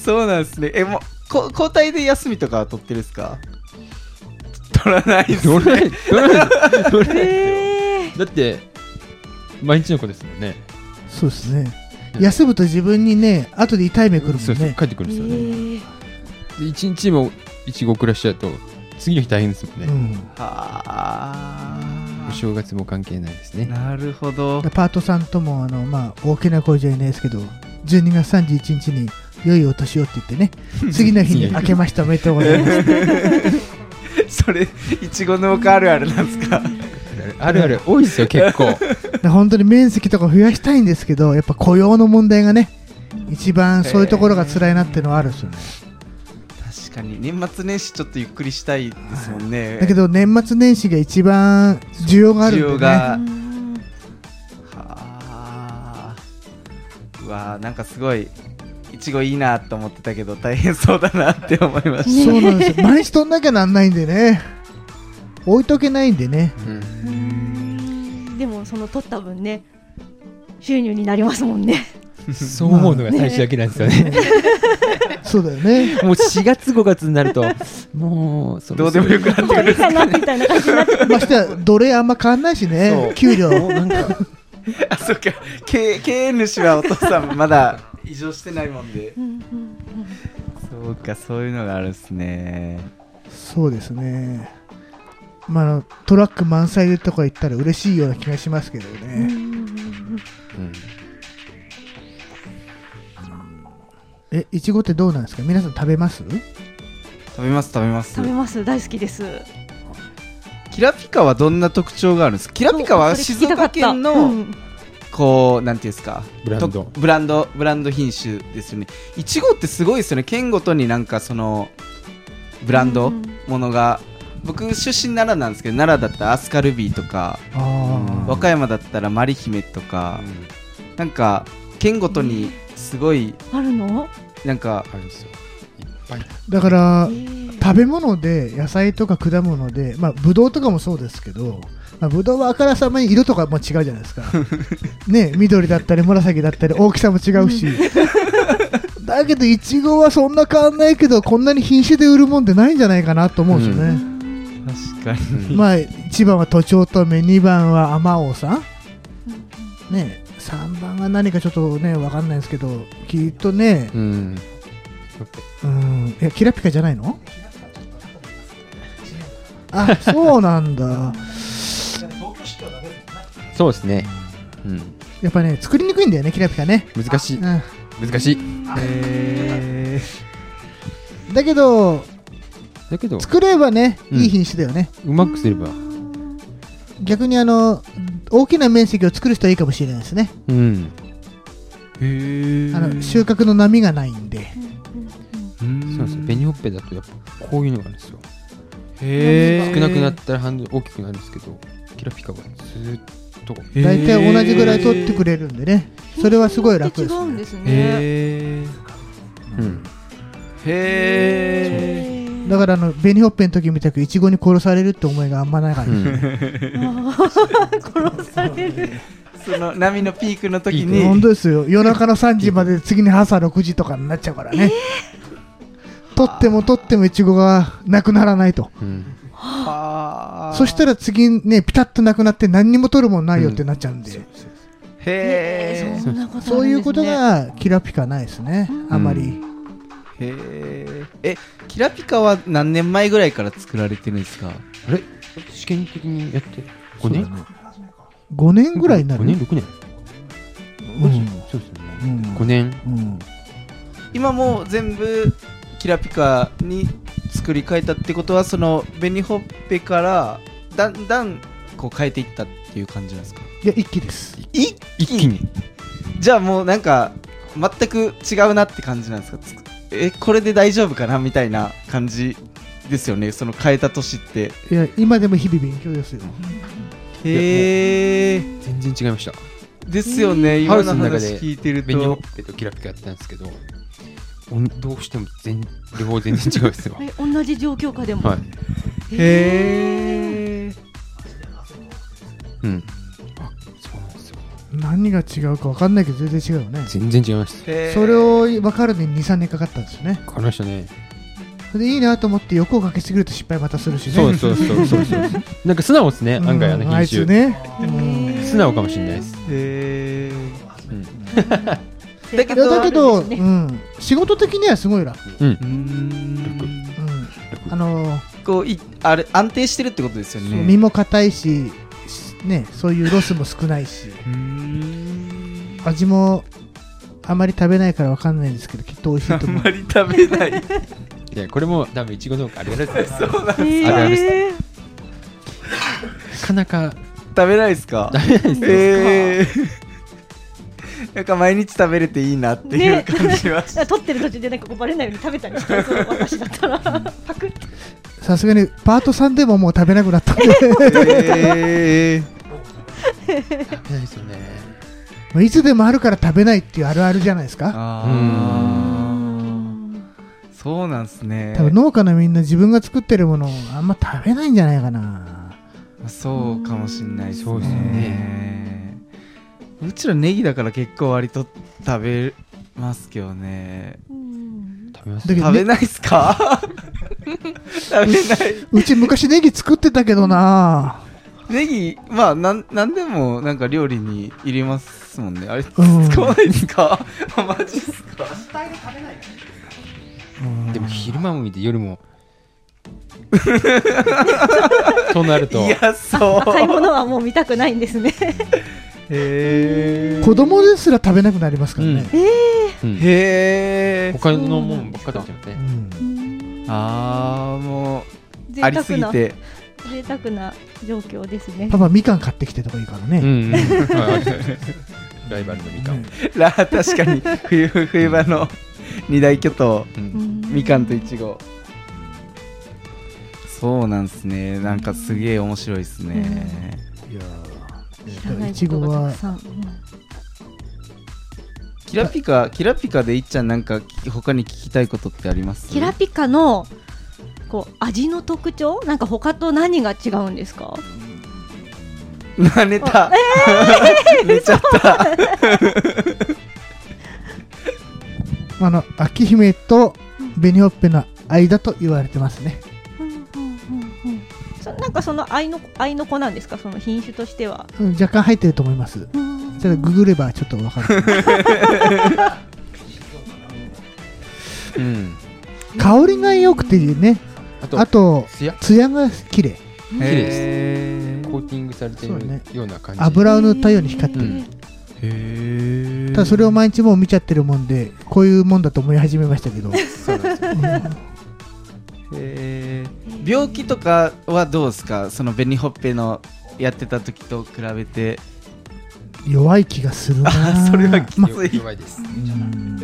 S2: そうなんですね。え、もう、こ交代で休みとかは取ってるんですか取らないです
S6: どれ
S2: ね。
S6: どれどれ
S3: え
S6: だって毎日の子ですもんね
S5: そうですね
S6: うん
S5: 休むと自分にね後で痛い目くるもんね
S6: そうそう帰ってくるんですよねで一日もいちご暮らしちゃうと次の日大変ですもんね、
S5: うん
S2: は
S6: お
S2: あ。
S6: 正月も関係ないです ね
S2: なるほど
S5: で。パートさんともあの、まあ、大きな声じゃ言えないですけど12月31日に「良いお年を」って言ってね次の日に「明けましておめでとうございます」
S2: それ、いちご農家あるあるなんですか
S6: あるある多いですよ結構
S5: で本当に面積とか増やしたいんですけどやっぱ雇用の問題がね一番そういうところが辛いなっていうのはあるんですよね
S2: 確かに、年末年始ちょっとゆっくりしたいですもんね。
S5: だけ
S2: ど、
S5: ど年末年始が一番需要があるん
S2: 需
S5: で、ね、
S2: 要が。はあ。うわあ、なんかすごい、いちごいいなと思ってたけど、大変そうだなって思いま した。
S5: そうなんですよ毎日取んなきゃなんないんでね置いとけないんでね
S3: でもその取った分ね収入になりますもんね
S6: そう思うのが最初だけなんですよね
S5: そうだよ ね
S6: もう4月5月になるともうそ
S2: どうでもよくなって
S3: もういいかなみたいな感じになっちゃ
S5: ましてや奴隷あんま変わんないし
S6: そ
S5: ね
S6: う
S5: 給料も
S6: なんか
S2: あそっか経 営経営主はお父さんまだ異常してないもんで
S3: ううんうん
S2: そうかそういうのがあるんすね
S5: そうですね、まああの、トラック満載でとか行ったら嬉しいような気がしますけど
S3: うんうんう
S5: ね、
S3: ん
S5: えいちごってどうなんですか、皆さん食べます
S2: 食べます食べます
S3: 食べます大好きです
S2: キラピカはどんな特徴があるんですかキラピカは
S3: そ
S2: 静
S3: れ聞きたか
S2: 岡
S3: った
S2: 県
S3: う
S2: の
S3: ん
S2: こうなんていうんですか
S6: ブランド
S2: とブランドブランド品種ですよねいちごってすごいですよね県ごとになんかそのブランド
S3: うん
S2: ものが僕出身奈良なんですけど奈良だったらアスカルビーとか
S5: あ
S2: 和歌山だったらマリ姫とかなんか県ごとにすごい
S3: あるの
S2: なんか
S6: あるんですよいっぱい
S5: だから
S3: え、ー
S5: 食べ物で野菜とか果物で、まあ、ぶどうとかもそうですけど、まあ、ぶどうはあからさまに色とかも違うじゃないです か、ね、緑だったり紫だったり大きさも違う し。だけどいちごはそんな変わんないけどこんなに品種で売るもんってないんじゃないかなと思うんですよね、
S2: 確かに
S5: まあ1番は都庁乙女2番は天王さんね3番は何かちょっとねわかんないですけどきっとね
S6: うん
S5: うんいやキラピカじゃないのあそうなんだ
S6: そうですね。うん。
S5: やっぱね作りにくいんだよねきらぴかね、
S6: 難しい。
S5: う
S6: 難しい。
S2: え
S5: ん、だけど
S6: だけど、
S5: 作ればね
S6: うん
S5: いい品種だよね、
S6: うまくすれば。
S5: 逆にあの大きな面積を作る人はいいかもしれないですね
S6: うん。
S2: ー、
S5: あの収穫の波がないんで
S2: うん
S6: そうなんですよ。紅ほっぺだと、やっぱこういうのがあるんですよ。
S2: へー
S6: 少なくなったら半分大きくなるんですけど、キラピカはずーっと。
S2: へー
S5: 大体同じぐらい取ってくれるんでねそれはすごい楽です
S7: 違うん
S5: ね
S7: ですね。
S2: へー
S6: うん。
S2: へえ
S5: だからあの紅ほっぺの時みたくイチゴに殺されるって思いがあんまなかった、
S6: うん
S3: 殺される。
S2: その波のピークの時
S5: 本
S2: に
S5: 当ですよ夜中の3時まで次に朝6時とかになっちゃうからね、取っても取ってもイチゴがなくならないと
S6: うん。
S2: はー
S5: そしたら次ねピタッとなくなって何にも取るもんないよってなっちゃうんで、
S2: へ
S7: え
S2: ー
S7: そんなことあるんですね。
S5: そういうことがキラピカないですね、あまり
S2: へーえキラピカは何年前ぐらいから作られてるんですか
S6: あれ試験的にやって、5
S5: そう
S6: 年
S5: だね5年ぐらいになる
S6: ?5 年 ?6 年
S5: う
S6: マジ
S5: ん
S6: そうですよね。
S5: うん
S6: 5年。
S5: うん
S2: 今もう全部キラピカに作り変えたってことはその紅ほっぺからだんだんこう変えていったっていう感じなんですか
S5: いや一気です
S2: 一気にじゃあもうなんか全く違うなって感じなんですかつくえこれで大丈夫かなみたいな感じですよねその変えた年って
S5: いや今でも日々勉強ですよ
S2: へえ
S6: 全然違いました。
S2: ですよね今
S6: ハウス
S2: の
S6: の中で
S2: 話聞いてる
S6: ベニホ
S2: と
S6: ッペとキラピカやったんですけど、おんどうしても全両方全然違うんです よ。
S7: え同じ状況下でも。
S6: はい。
S2: へえ
S6: うん。あ、そうなんですよ。
S5: 何が違うか分かんないけど全然違うよね
S6: 全然違いまし
S5: それを分かるのに23年かかったんですよね
S6: た。変わりましたね。
S5: それでいいなと思って欲をかけすぎると失敗またするしね
S6: そうそうそうそうそう。なんか素直ですね、
S5: うん
S6: 案外あの
S5: あ
S6: 品
S5: いつ
S6: 種。
S5: ね、うん
S7: へー
S6: 素直かもしれないです。
S2: へえ
S6: うん。
S2: だけ
S5: いや
S2: ど
S5: だけど、
S7: あるんです
S5: うん、仕事的にはすごい楽、
S6: うん
S2: うー。ん
S5: うん、あの
S2: こういあれ安定してるってことですよね
S5: 身も硬いし、しね、そういうロスも少ないし
S2: うーん
S5: 味もあまり食べないからわかんないんですけどきっと美味しいと
S2: あん
S5: 思う
S2: まり食べない
S6: いや、これも多分いちご農家あるあるです。
S7: へ
S6: な
S7: ー
S6: あるあるですかなか
S2: 食べないですか
S6: ダメなんですよ。
S2: えー なんか毎日食べれていいなっていう感じは、
S7: だから撮ってる途中でなんかこうバレないように食べたりしてそう私だったらパクって
S5: さすがにパート3でももう食べなくなったんで
S2: えー
S6: 食べないですよね。
S5: もういつでもあるから食べないっていうあるあるじゃないですか
S2: あーそうなんすね
S5: 多分農家のみんな自分が作ってるものをあんま食べないんじゃないかな
S2: そうかもしんないですね
S6: そうですね
S2: うちらネギだから結構割と食べますけどね
S6: 食べます
S5: だけど、
S2: 食べ
S5: ね、
S2: ないっす か食べないう
S5: ち昔ネギ作ってたけどな
S2: ネギまあなんなんでもなんか料理にいりますもんねあれ使
S5: うん
S2: わないですかマジっすか
S6: でも昼間も見て夜も。となると。
S2: いやそう
S7: 赤いものはもう見たくないんですね
S2: へえ
S5: 子供ですら食べなくなりますからね、
S6: うん
S2: へえ
S6: 他のもんばっか食べちゃ
S5: う
S6: うね。
S5: ん
S2: ああもう
S7: 贅沢
S2: あり
S7: な
S2: すぎて
S7: 贅沢な状況ですね
S5: パパみかん買ってきてとかいいからね、
S6: うんうん。はいライバルのみかん。
S2: ら確かに冬冬場の二大巨頭みかんといちごそうなんすねなんかすげえ面白いっすね
S7: 知らないい
S5: ち
S7: こ
S5: ご
S7: とが
S5: は
S7: たくさんうん
S2: キラピカキラピカでいっちゃんなんかき他に聞きたいことってあります
S7: キラピカのこう味の特徴なんか他と何が違うんですか
S2: な寝た、寝ちゃった
S5: あの秋姫と紅ほっぺの間と言われてますね
S7: そなんかその愛の愛の子なんですかその品種としては
S5: うん若干入ってると思いますちょっとググればちょっとわかる
S6: うん。
S5: 香りが良くてね
S6: あと、
S5: あと
S6: つや
S5: 艶が綺麗
S6: 綺麗です
S2: へー
S6: こコーティングされてい
S5: そうね
S6: るような感じ
S5: 油を塗ったように光ってる、
S2: へえ
S5: ただそれを毎日もう見ちゃってるもんでこういうもんだと思い始めましたけど
S6: そうなんですよ
S2: へー病気とかはどうですかその紅ほっぺのやってた時と比べて
S5: 弱い気がするな
S2: あそれはき
S6: 弱
S2: つい
S6: 弱いです
S5: うん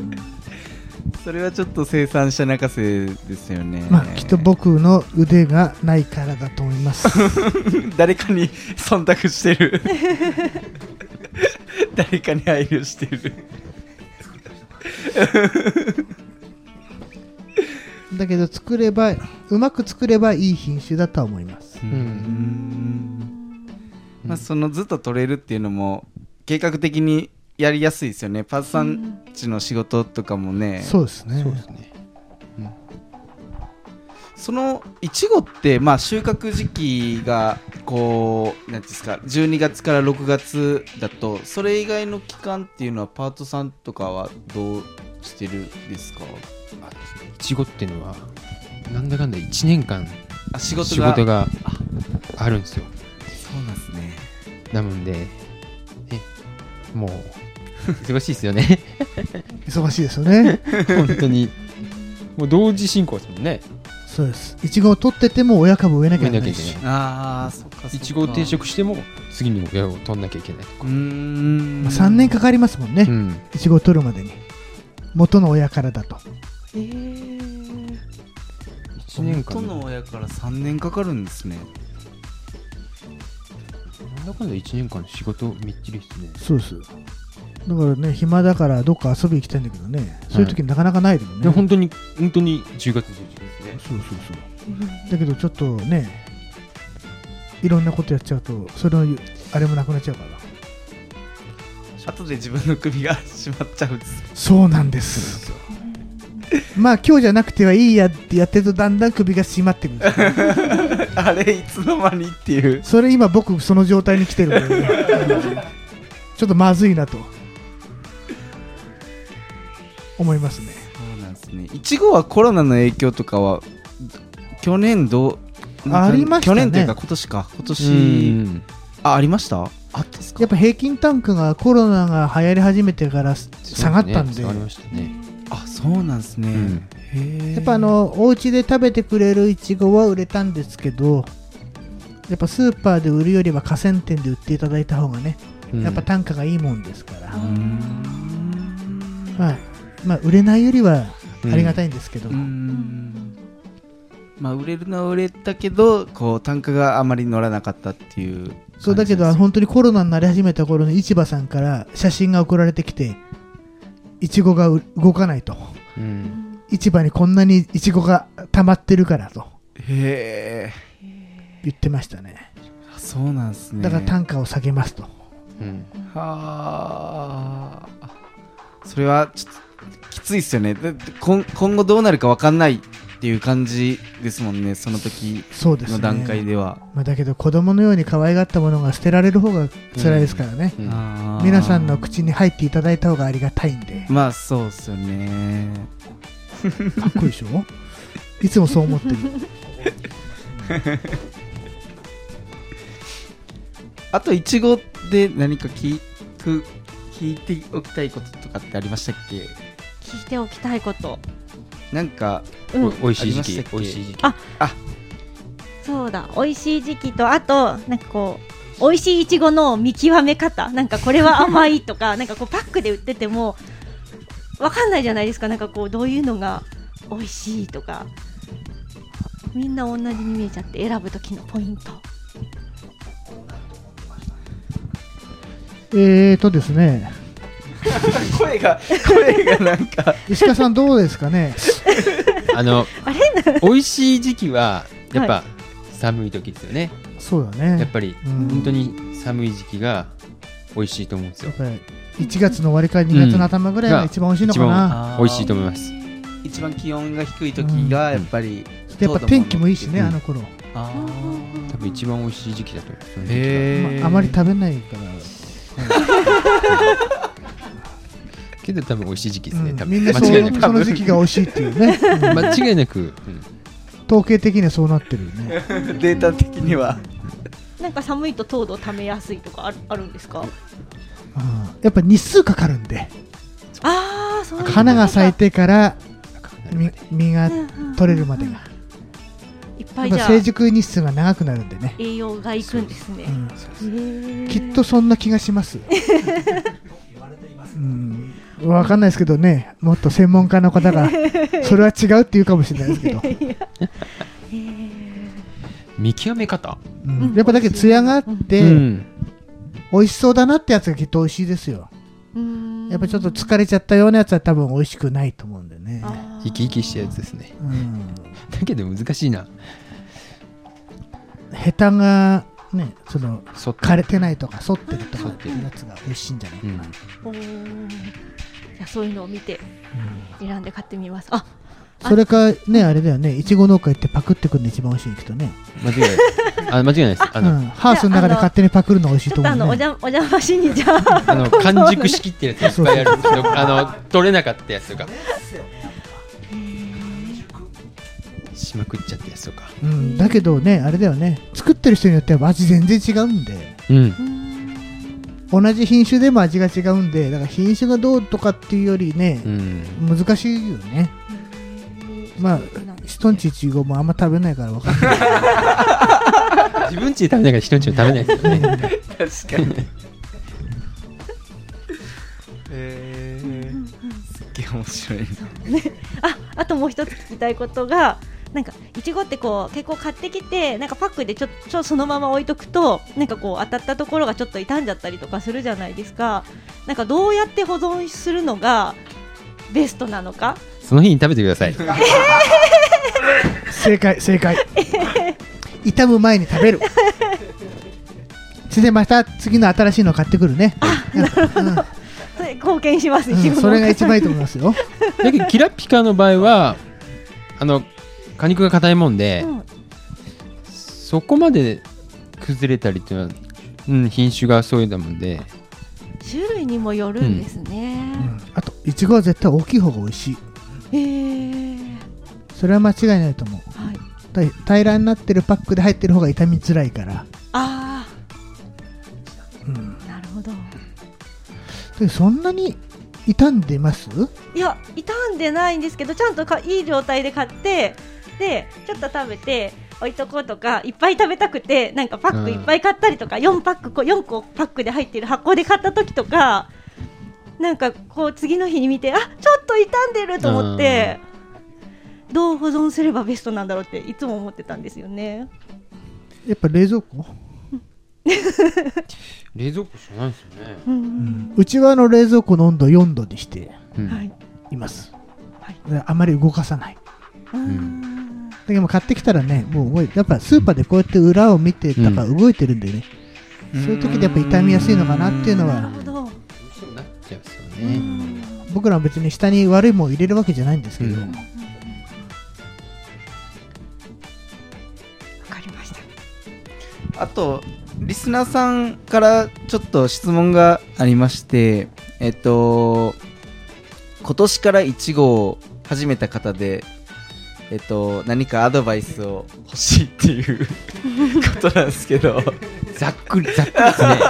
S2: それはちょっと生産者泣かせですよね
S5: まあきっと僕の腕がないからだと思います
S2: 誰かに 忖度してる 誰かに配慮してる
S5: だけど作ればうまく作ればいい品種だとは思います
S2: う
S6: うんん
S2: まあそのずっと取れるっていうのも計画的にやりやすいですよねパーツさんちの仕事とかもね、
S5: そうですね
S6: そうですね
S2: そのいちごって、まあ、収穫時期がこうなんていうんですか12月から6月だとそれ以外の期間っていうのはパートさんとかはどうしてるんですか
S6: あですねいちごっていうのはなんだかんだ1年間
S2: あ仕
S6: 仕
S2: 事が
S6: 事があるんですよ
S2: そうなんですね
S6: なのでえもう忙しいですよね
S5: 忙しいですよね
S6: 本当にもう同時進行ですもんね
S5: そうですいちごを取ってても親株植えなきゃいけない
S6: 植えなきゃいけ
S5: し
S6: ない
S2: ああそっかそっか
S6: いちごを定食しても次の親を取んなきゃいけないう
S2: ーん
S5: まあ3年かかりますもんね、
S6: うん
S5: いちごを取るまでに元の親からだと
S7: えー
S6: 1年間
S2: 元の親から3年かかるんですね
S6: なんだかんだ1年間仕事みっちりですね
S5: そうですだからね暇だからどっか遊び行きたいんだけどねそういう時なかなかないでもんね、
S6: で本当に本当に10月11日ですね
S5: そうそうそうだけどちょっとねいろんなことやっちゃうとそれのあれもなくなっちゃうから
S2: 後で自分の首が 締まっちゃうんです
S5: そうなんですまあ今日じゃなくてはいいやってやってるとだんだん首が締まってくるんです よ
S2: あれいつの間にっていう
S5: それ今僕その状態に来てるからねちょっとまずいなと思いますね
S2: そうなんですねいちごはコロナの影響とかは去年どう
S5: ありまし
S2: 去
S5: たね
S2: 年というか今年か今年
S6: 年
S2: あありましたあったっすか
S5: やっぱ平均単価がコロナが流行り始めてから下がったんで
S6: 下がりましたね
S2: あそうなんですね、
S6: ん
S2: へえ
S5: やっぱあのお家で食べてくれるいちごは売れたんですけどやっぱスーパーで売るよりは河川店で売っていただいた方がね、やっぱ単価がいいもんですから、まあ、まあ売れないよりはありがたいんですけど、
S2: うんまあ売れるのは売れたけどこう単価があまり乗らなかったっていう
S5: そうだけど
S2: 感じ
S5: 本当にコロナになり始めた頃に市場さんから写真が送られてきていちごがう動かないと
S6: うん
S5: 市場にこんなにいちごが溜まってるからと
S2: なんですねへえ
S5: 言ってましたね
S2: あそうなんですね
S5: だから単価を下げますと、
S6: うん
S2: はあそれはちょっときついっすよねで今今後どうなるかわかんないっていう感じですもんねその時
S5: そうです
S2: の
S5: ね
S2: 段階では、
S5: まあ、だけど子供のように可愛がったものが捨てられる方が辛いですからね、
S6: うん
S2: あー
S5: 皆さんの口に入っていただいた方がありがたいんで
S2: まあそうっすよね
S5: かっこいいでしょいつもそう思って る
S2: あといちごで何か聞く聞いておきたいこととかってありましたっけ
S7: 聞いておきたいこと
S2: なん か
S7: うん
S6: おいし
S2: あ
S6: い時
S2: りましたっ
S6: 期
S2: け
S6: おいしい時期
S7: そうだ美味しい時期とあとなんかこう美味しいいちごの見極め方なんかこれは甘いとか なんかこうパックで売っててもわかんないじゃないですかなんかこうどういうのが美味しいとかみんな同じに見えちゃって選ぶ時のポイント
S5: えーとですね
S2: 声が 声がなんか
S5: 石川さんどうですかね
S6: あの美味しい時期はやっぱ寒い時ですよね
S5: そうだね
S6: やっぱり
S5: うん
S6: 本当に寒い時期が美味しいと思うんです
S5: や
S6: よ
S5: っぱり1月の終わりから2月の頭ぐらいが一番美味しいのか
S6: うん
S5: な、
S2: あー
S6: 美味しいと思います
S2: 一番気温が低い時がやっぱり、
S5: でやっぱ天気もいいしね、
S6: うん
S5: あの頃、
S2: あー
S6: 多分一番美味しい時期だと思いますその時期が
S2: へえ
S5: まあ、あまり食べないから、
S6: けど多分美味しい時期です
S5: う
S6: ね
S5: ん
S6: 多
S5: み
S6: 分
S5: んなそう
S6: 間違いなく
S5: その時期が美味しいっていうね、うん
S6: 間違いなくうん
S5: 統計的にはそうなってるよね
S2: データ的には
S3: なんか寒いと糖度をためやすいとかあるあるんですか
S5: あーやっぱ日数かかるんで
S3: ああそういうことか
S5: 花が咲いてから
S6: な
S5: み
S6: る
S5: 実が取れるまでが
S3: いっぱ
S5: やっ
S3: い
S5: ぱ
S3: じゃあ
S5: 成熟日数が長くなるんでね、
S3: 栄養がいくんですね
S5: うん
S3: へー
S5: きっとそんな気がします。うん、わかんないですけどね、もっと専門家の 方が、それは違うって言うかもしれないですけど、
S6: 見極め方
S5: うんやっぱだけど、艶があって、
S6: ん
S5: 美味しそうだなってやつがきっと美味しいですよ。
S3: うーん
S5: やっぱちょっと疲れちゃったようなやつは多分美味しくないと思うんでね。
S3: あー
S6: 生き生きしたやつですね
S5: うん、
S6: だけど難しいな
S5: 下手が、ね、その
S6: そっ
S5: 枯れてないとか、反ってるとか
S6: 反
S5: っ
S6: ってて
S5: い
S6: る
S5: うやつが美味しいんじゃないか
S6: う
S5: な。
S6: ん
S3: おーじゃあそういうのを見て選んで買ってみますあ
S5: それか、ね、あれだよね、いちご農家行ってパクってくんで一番美味しいのきっとね。
S6: 間違いないあ間違いないですあ
S5: う
S6: の
S5: ん、ハウスの中で勝手にパクるの美味しい
S3: ちょ
S5: と
S3: っとあ
S5: 思
S3: の
S5: う、
S3: お
S5: ね。
S3: じゃお邪魔しにじゃあ
S6: あの完熟しきってるやついっぱいあるんですけどあの取れなかったやつとかしまくっちゃったやつとか
S5: うん、だけどね、あれだよね、作ってる人によっては味全然違うんで、
S6: うん
S5: 同じ品種でも味が違うんで、だから品種がどうとかっていうよりね
S6: う、ん
S5: 難しいよね。まあ、人んちいちごもあんま食べないからわかんない。
S6: 自分ちで食べながら人んちは食べないですよね
S2: 確かにえー、すっげえ面白いね
S3: ああともう一つ聞きたいことがなんかいちごってこう結構買ってきてなんかパックでちょちょそのまま置いとくとなんかこう当たったところがちょっと傷んじゃったりとかするじゃないですかなんかどうやって保存するのがベストなのか
S6: その日に食べてください
S5: 正解、正解。傷む前に食べる。それでまた次の新しいの買ってくるね。
S3: それ貢献します
S5: う
S3: いち
S5: ん、
S3: ごの
S5: それが一番いいと思います よ。
S6: だけどキラピカの場合はあの果肉が硬いもんで、
S3: うん
S6: そこまで崩れたりっていうのは、うん、品種がそういうだもんで
S3: 種類にもよるんですね、
S5: うんあと、いちごは絶対大きい方が美味しい。
S3: へー
S5: それは間違いないと思う。
S3: はい
S5: だ平らになってるパックで入ってる方が傷みづらいから、
S3: あ
S5: うん、
S3: あなるほど
S5: でそんなに傷んでます
S3: いや傷んでないんですけどちゃんとかいい状態で買ってでちょっと食べて置いとこうとかいっぱい食べたくてなんかパック
S6: うん
S3: いっぱい買ったりとか、4パックこう4個パックで入ってる箱で買った時とかなんかこう次の日に見てあちょっと傷んでると思って、どう保存すればベストなんだろうっていつも思ってたんですよね。
S5: やっぱ冷蔵庫、
S6: 冷蔵庫しかないですよね、
S3: うん
S5: うちはあの冷蔵庫の温度4度にして
S6: うん
S3: はい
S5: います、
S3: はい
S5: であまり動かさない
S3: うん
S5: だけどもう買ってきたらねもう動いやっぱスーパーでこうやって裏を見てだから動いてるんでね、そういう時でやっぱ傷みやすいのかなっていうの
S3: な
S5: は
S3: るほど、
S6: そうなっちゃうんですよ
S3: う
S6: ね、
S3: ん
S5: 僕らは別に下に悪いもん入れるわけじゃないんですけど、
S6: うん
S3: わかりました。
S2: あとリスナーさんからちょっと質問がありましてえっと今年からイチゴを始めた方でえっと何かアドバイスを欲しいっていうことなんですけど
S6: ざっくりざっ くりですね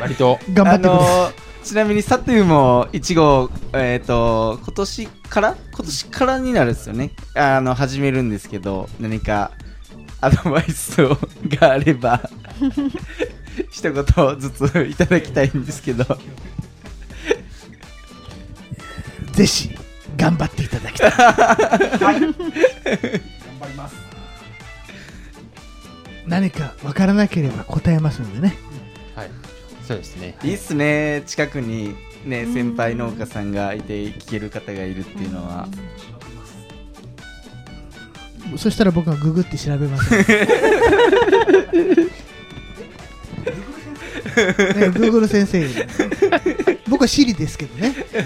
S6: 割と
S5: 頑張ってくれ、
S2: あのちなみにサトゥーもいちごえっ、と今年から今年からになるんですよねあの始めるんですけど何かアドバイスをがあれば一言ずついただきたいんですけど
S5: ぜひ頑張っていただきたい 何か分からなければ答えますのでね
S6: はいそうですね
S2: いいっすね近くにね先輩農家さんがいて聞ける方がいるっていうのは
S5: そしたら僕がググって調べます。ね、グーグル先生より僕はシリですけどね
S2: めっ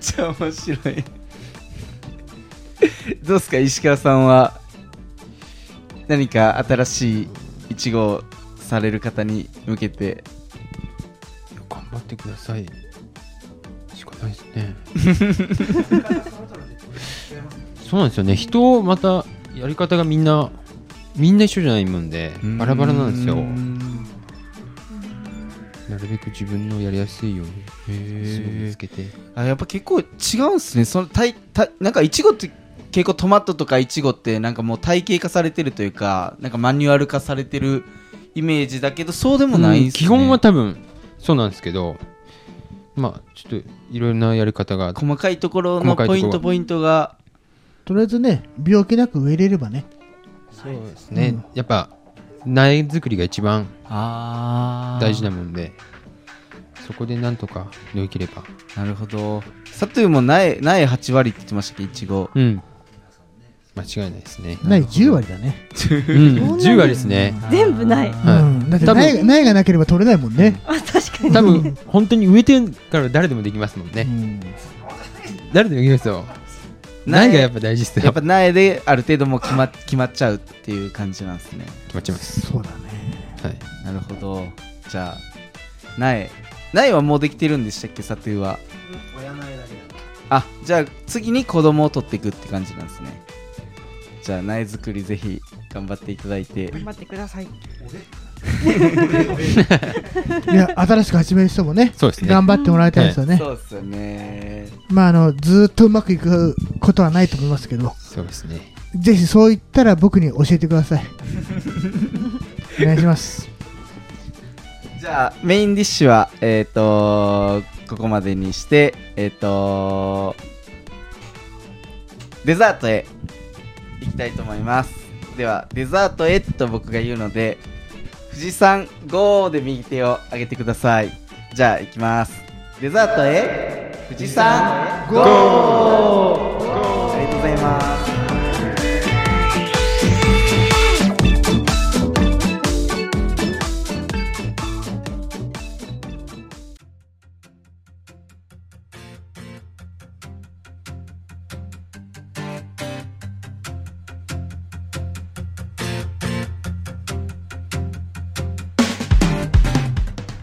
S2: ちゃ面白いどうっすか石川さんは何か新しいいちごをされる方に向けて
S6: 頑張ってくださいしかないです ねそうなんですよね人をまたやり方がみんなみんな一緒じゃないもんでバラバラなんですよなるべく自分のやりやすいようにすごい見つけて
S2: あやっぱ結構違うんすねそのたいたなんかいちごって結構トマトとかいちごってなんかもう体系化されてるというかなんかマニュアル化されてるイメージだけどそうでもないん
S6: うん
S2: すね
S6: 基本は多分そうなんですけどまあちょっといろんなやり方が
S2: 細かいところの
S6: 細かいと
S2: ポ
S6: ころ
S2: イントポイントが
S5: とりあえずね病気なく植えれればね
S6: そうですね、やっぱ苗作りが一番
S2: あ
S6: 大事なもんでそこでなんとか乗り切れば
S2: なるほど佐藤も苗苗8割って言ってましたっけいちご
S6: うん間違いないです ね、
S5: ない10割だね、
S6: うん、10割ですね
S7: 全部ない。
S6: はい
S5: うん、だって
S6: 多分
S5: 苗が苗がなければ取れないもんね、
S7: あ、確かに。
S6: 多分本当に植えてから誰でもできますもんね、
S5: うん
S6: 誰でもできますよ
S2: 苗
S6: 苗がやっぱ大事ですよ
S2: やっぱ苗である程度もう決ま決まっちゃうっていう感じなんですね
S6: 決まっちゃいます、
S5: そうだね
S6: はい、
S2: なるほどじゃあ苗苗はもうできてるんでしたっけ佐藤はあじゃあ次に子供を取っていくって感じなんですねじゃあ苗作りぜひ頑張っていただいて
S7: 頑張ってください。
S5: いや新しく始める人もね
S6: そうですね
S5: 頑張ってもらいたいですよね、
S2: そうっすよね
S5: まああのずーっとうまくいくことはないと思いますけど
S6: そうですね
S5: ぜひそう言ったら僕に教えてくだ さいお願いします
S2: じゃあメインディッシュはえっ、とここまでにしてえっ、とデザートへ行きたいと思いますではデザートへと僕が言うので富士山5で右手を上げてくださいじゃあ行きますデザートへ富士山 GO! ありがとうございます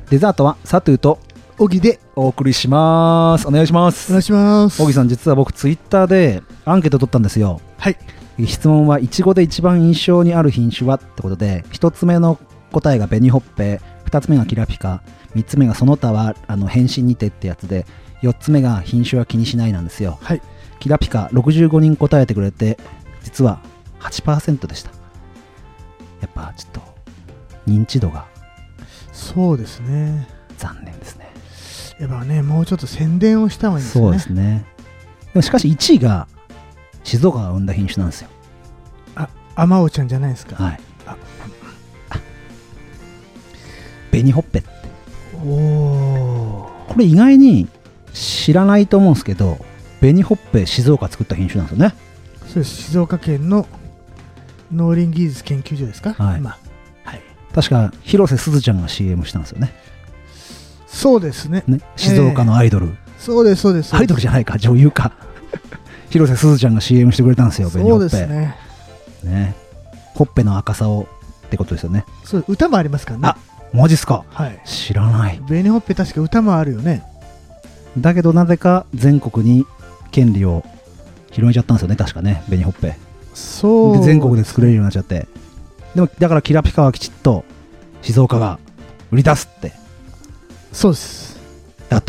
S1: デザートはサトゥーと
S5: 小木で
S1: お送りしますお願いしま
S5: お願い
S1: す
S5: します
S1: 小木さん実は僕ツイッターでアンケート取ったんですよ
S5: はい
S1: 質問はイチゴで一番印象にある品種はってことで1つ目の答えが紅ほっぺ2つ目がキラピカ3つ目がその他はあの返信にてってやつで4つ目が品種は気にしないなんですよ、
S5: はい
S1: キラピカ65人答えてくれて実は8%でしたやっぱちょっと認知度が
S5: そうですね
S1: 残念ですね
S5: やっぱねもうちょっと宣伝をした方がいいです
S1: そ
S5: よ
S1: う
S5: ね
S1: ですねでもしかし1位が静岡が生んだ品種なんですよ
S5: ああまおちゃんじゃないですか、
S1: はい
S5: あ
S1: 紅ほっぺって
S5: おお
S1: これ意外に知らないと思うんですけど紅ほっぺ静岡作った品種なんですよね
S5: そうです静岡県の農林技術研究所ですか、
S1: はい
S5: 今はい、
S1: 確か広瀬すずちゃんが CM したんですよね
S5: そうですね
S1: ね静岡のアイドル、
S5: そうですそうですそう
S1: アイ
S5: で
S1: ドルじゃないか女優か 広瀬すずちゃんが CM してくれたんですよ
S5: す
S1: 紅
S5: そ
S1: ほ
S5: う
S1: っぺ
S5: ですね
S1: ねほっぺの赤さをってことですよね
S5: そう歌もありますからね
S1: あマジっすか
S5: はい
S1: 知らない
S5: 紅ほっぺ確か歌もあるよね
S1: だけどなぜか全国に権利を広めちゃったんですよね確かね紅ほっぺ
S5: そう
S1: で全国で作れるようになっちゃってでもだからキラピカはきちっと静岡が売り出すって
S5: そうです
S1: 打倒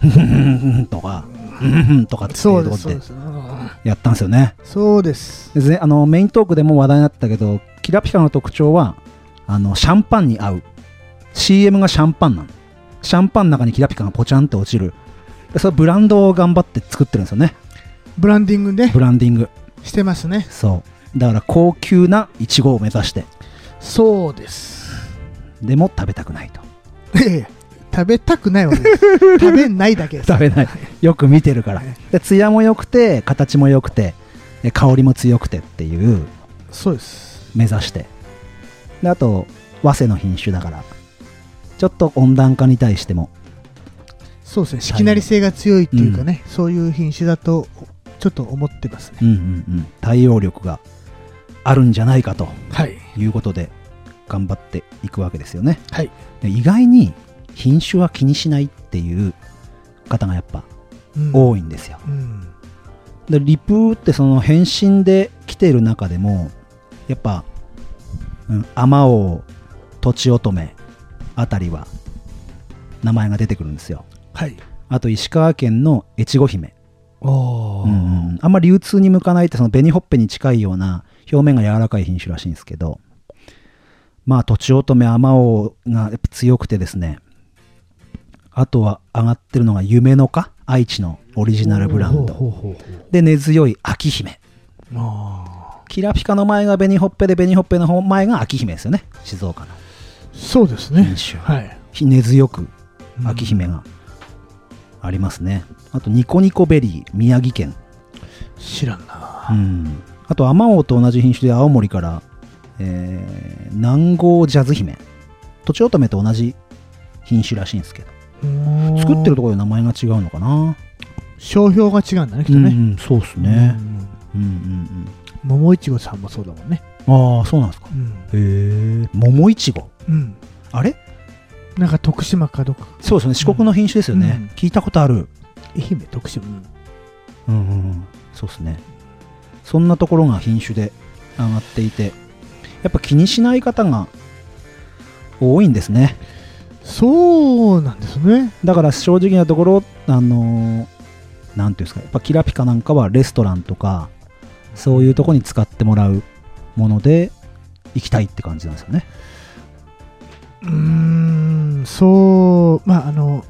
S1: ふんふんふんふんとかふんふんふんとかっていうと
S5: そう
S1: こ
S5: です
S1: ろ
S5: そう
S1: で
S5: ですうん
S1: やったんですよね
S5: そうです
S1: でぜあのメイントークでも話題になったけどキラピカの特徴はあのシャンパンに合う CM がシャンパンなのシャンパンの中にキラピカがポチャンって落ちるでそれブランドを頑張って作ってるんですよね
S5: ブランディングね
S1: ブランディング
S5: してますね
S1: そうだから高級なイチゴを目指して
S5: そうです
S1: でも食べたくないと
S5: いやいや食べたくないわけです 食べないだけです
S1: 食べ ないよく見てるからで艶も良くて形も良くてで香りも強くてっていう
S5: そうです
S1: 目指してであと早生の品種だからちょっと温暖化に対しても
S5: そうですねしきなり性が強いっていうかね、そういう品種だとちょっと思ってますね
S1: うんうんうん対応力があるんじゃないかと
S5: はい
S1: いうことで頑張っていくわけですよね、
S5: はい
S1: で意外に品種は気にしないっていう方がやっぱ
S5: うん
S1: 多いんですよ、
S5: うん
S1: でリプってその返信で来てる中でもやっぱうん、天王とちおとめあたりは名前が出てくるんですよ
S5: はい
S1: あと石川県の越後姫
S5: お
S1: うんうんあんまり流通に向かないってその紅ほっぺに近いような表面が柔らかい品種らしいんですけどまあとちおとめ天王がやっぱ強くてですねあとは上がってるのが夢の花愛知のオリジナルブランド
S5: ほうほうほうほう
S1: で根強い秋姫
S5: あ
S1: キラピカの前が紅ほっぺで紅ほっぺの前が秋姫ですよね静岡の
S5: ーそうですね
S1: 品種
S5: はい
S1: ひ根強く秋姫がありますね、あとニコニコベリー宮城県、
S5: 知らんな
S1: うん、あと天王と同じ品種で青森から、えー南郷ジャズ姫とちおとめと同じ品種らしいんですけど作ってる
S5: と
S1: ところで名前が違うのかな、
S5: 商標が違うんだねきっと
S1: うんう
S5: ね
S1: んそうっすね
S5: う、
S1: うん
S5: ん
S1: うん
S5: 桃いちごさんもそうだもんね
S1: うん、ああそうなんですか
S5: うん
S1: へえ桃いちご
S5: うん
S1: あれ
S5: なんか徳島かどっか
S1: そうですね四国の品種ですよね、
S5: うん
S1: 聞いたことある
S5: 愛媛徳島う
S1: う
S5: ん
S1: んうんうん、そうですねそんなところが品種で上がっていてやっぱ気にしない方が多いんですね
S5: そうなんですね
S1: だから正直なところあのーなんていうんですかやっぱキラピカなんかはレストランとかそういうとこに使ってもらうもので行きたいって感じなんですよね
S5: うーんそうまああの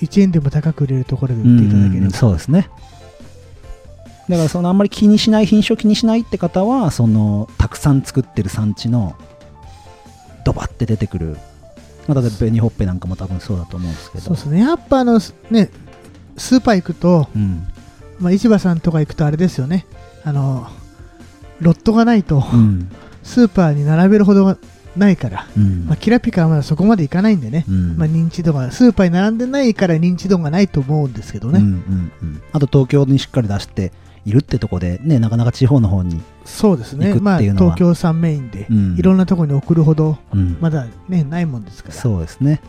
S5: 1円でも高く売れるところで売っていただけ
S1: うんう
S5: れ
S1: ん
S5: ば
S1: そうですねだからそのあんまり気にしない品種を気にしないって方はそのたくさん作ってる産地のドバって出てくる、まあ、例えば紅ほっぺなんかも多分そうだと思うんですけど
S5: そうですねやっぱあのすねスーパー行くと、
S1: うん
S5: まあ、市場さんとか行くとあれですよねあのロットがないと
S1: うん
S5: スーパーに並べるほどがないから、
S1: うん
S5: まあ、キラピカはまだそこまでいかないんでね、
S1: うん
S5: まあ、認知度がスーパーに並んでないから認知度がないと思うんですけど
S1: うんう
S5: ね、
S1: んうんあと東京にしっかり出しているってとこでねなかなか地方の方に、
S5: そうです
S1: 行
S5: ね
S1: くって
S5: まあ、
S1: いうのは
S5: 東京産メインで、
S1: うん
S5: いろんなところに送るほど
S1: うん
S5: まだ、ね、ないもんですから
S1: そうですね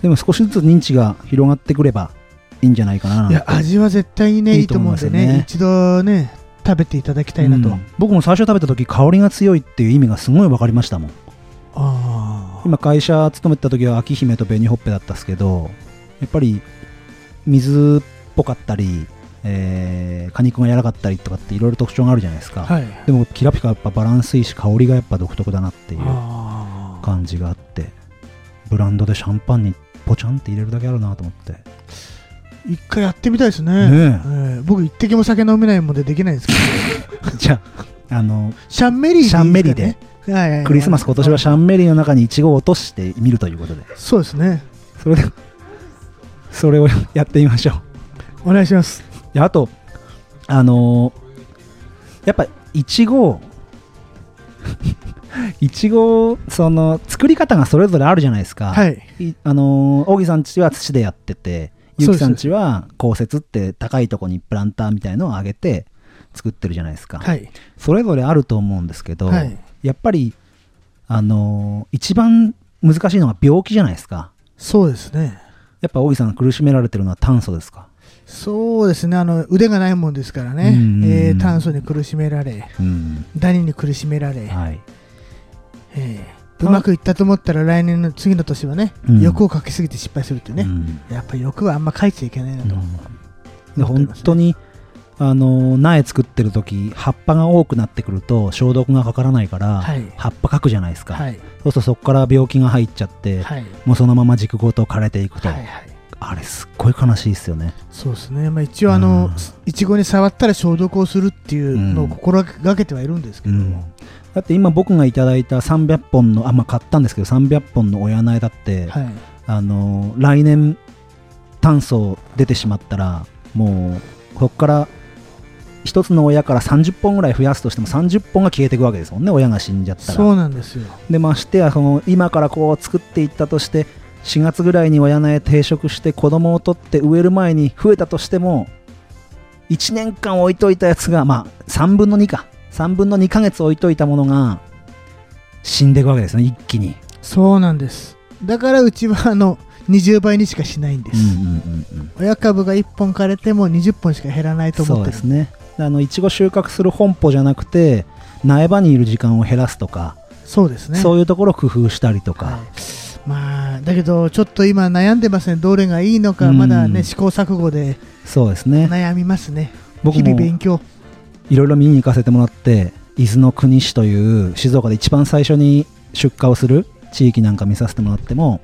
S1: でも少しずつ認知が広がってくればいいんじゃないかない
S5: や味は絶対にね
S1: い
S5: い
S1: い
S5: い
S1: と
S5: と
S1: 思
S5: 思
S1: います
S5: うんで
S1: よね
S5: ね一度ね食べていただきたいなと、
S1: うん僕も最初食べた時香りが強いっていう意味がすごい分かりましたもん
S5: ああ
S1: 今会社勤めてた時は秋姫と紅ほっぺだったっすけどやっぱり水っぽかったり、えー果肉が柔らかったりとかっていろいろ特徴があるじゃないですか、
S5: はい
S1: でもキラピカはやっぱバランスいいし香りがやっぱ独特だなっていう
S5: ああ
S1: 感じがあってブランドでシャンパンにポチャンって入れるだけあるなと思って
S5: 一回やってみたいですね
S1: ね
S5: ええ僕一滴も酒飲めないもんでできないん ですけど
S1: じゃああの
S5: シャンメリーでいいすかね
S1: シャンメリーで
S5: はいはいはい
S1: クリスマス今年はシャンメリーの中にイチゴを落としてみるということで
S5: そうですね
S1: それでそれをやってみましょう
S5: お願いします
S1: であとあのーやっぱいち ごいちごその作り方がそれぞれあるじゃないですか、
S5: はい
S1: いあのー、大木さんちは土でやっててゆうきさんちは降雪って高いとこにプランターみたいのを上げて作ってるじゃないですか、
S5: はい
S1: それぞれあると思うんですけど、
S5: はい
S1: やっぱりあのー一番難しいのが病気じゃないですか
S5: そうですね
S1: やっぱ大木さんが苦しめられてるのは炭素ですか
S5: そうですねあの腕がないもんですから
S1: う
S5: ね
S1: んうんうん、
S5: えー炭素に苦しめられ
S1: うん
S5: ダニに苦しめられ、
S1: はい
S5: ええうまくいったと思ったら来年の次の年はね、
S1: うん
S5: 欲をかけすぎて失敗するってね、
S1: うん
S5: やっぱ欲はあんま書いちゃいけないなと、
S1: で
S5: 思って
S1: 本
S5: ますね
S1: 当にあの苗作ってる時葉っぱが多くなってくると消毒がかからないから、
S5: はい
S1: 葉っぱかくじゃないですか、
S5: はい
S1: そうするとそこから病気が入っちゃって、
S5: はい
S1: もうそのまま軸ごと枯れていくと、
S5: はいはい
S1: あれすっごい悲しいですよね
S5: そうですね、まあ、一応あの、
S1: うん
S5: いちごに触ったら消毒をするっていうのを心がけてはいるんですけど、
S1: だって今僕がいただいた300本のあまあ買ったんですけど300本の親苗だって、
S5: はい、
S1: あの来年炭素出てしまったらもうここから一つの親から30本ぐらい増やすとしても30本が消えていくわけですもんね親が死んじゃった
S5: そ
S1: ら
S5: うなんですよ
S1: でましてやその今からこう作っていったとして4月ぐらいに親苗定食して子供を取って植える前に増えたとしても1年間置いといたやつがまあ3分の2か3分の2ヶ月置いといたものが死んでいくわけですね一気に、
S5: そうなんですだからうちはあの20倍にしかしないんです、
S1: うんうんうん
S5: 親株が1本枯れても20本しか減らないと
S1: そ
S5: 思
S1: う
S5: って
S1: で
S5: る
S1: すねであのいちご収穫する本舗じゃなくて苗場にいる時間を減らすとか、
S5: そうですね
S1: そういうところを工夫したりとか、
S5: はいまあだけどちょっと今悩んでますねどれがいいのかまだ
S1: う
S5: ね
S1: ん
S5: 試行錯誤で
S1: そうですね
S5: 悩みますね
S1: 僕
S5: 日々
S1: も
S5: 勉強
S1: いろいろ見に行かせてもらって伊豆の国市という静岡で一番最初に出荷をする地域なんか見させてもらっても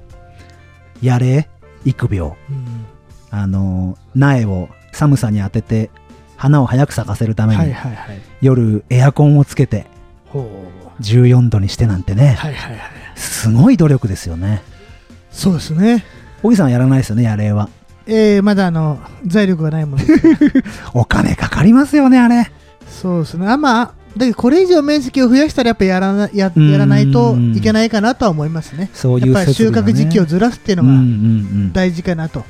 S1: やれ育苗
S5: うん
S1: あの苗を寒さに当てて花を早く咲かせるために、
S5: はいはいはい
S1: 夜エアコンをつけて
S5: ほう
S1: 14度にしてなんてね、
S5: はいはいはい
S1: すごい努力ですよね
S5: そうですね
S1: 小木さんはやらないですよねやれは
S5: えーまだあの財力がな いもんで
S1: お金かかりますよねあれ
S5: そうですねあまあだけどこれ以上面積を増やしたらやっぱやらなややらないといけないかなとは思いますね
S1: そうい
S5: や
S1: う
S5: っぱり収穫時期を
S1: っ
S5: ずらすってい
S1: て
S5: うのが大事かなと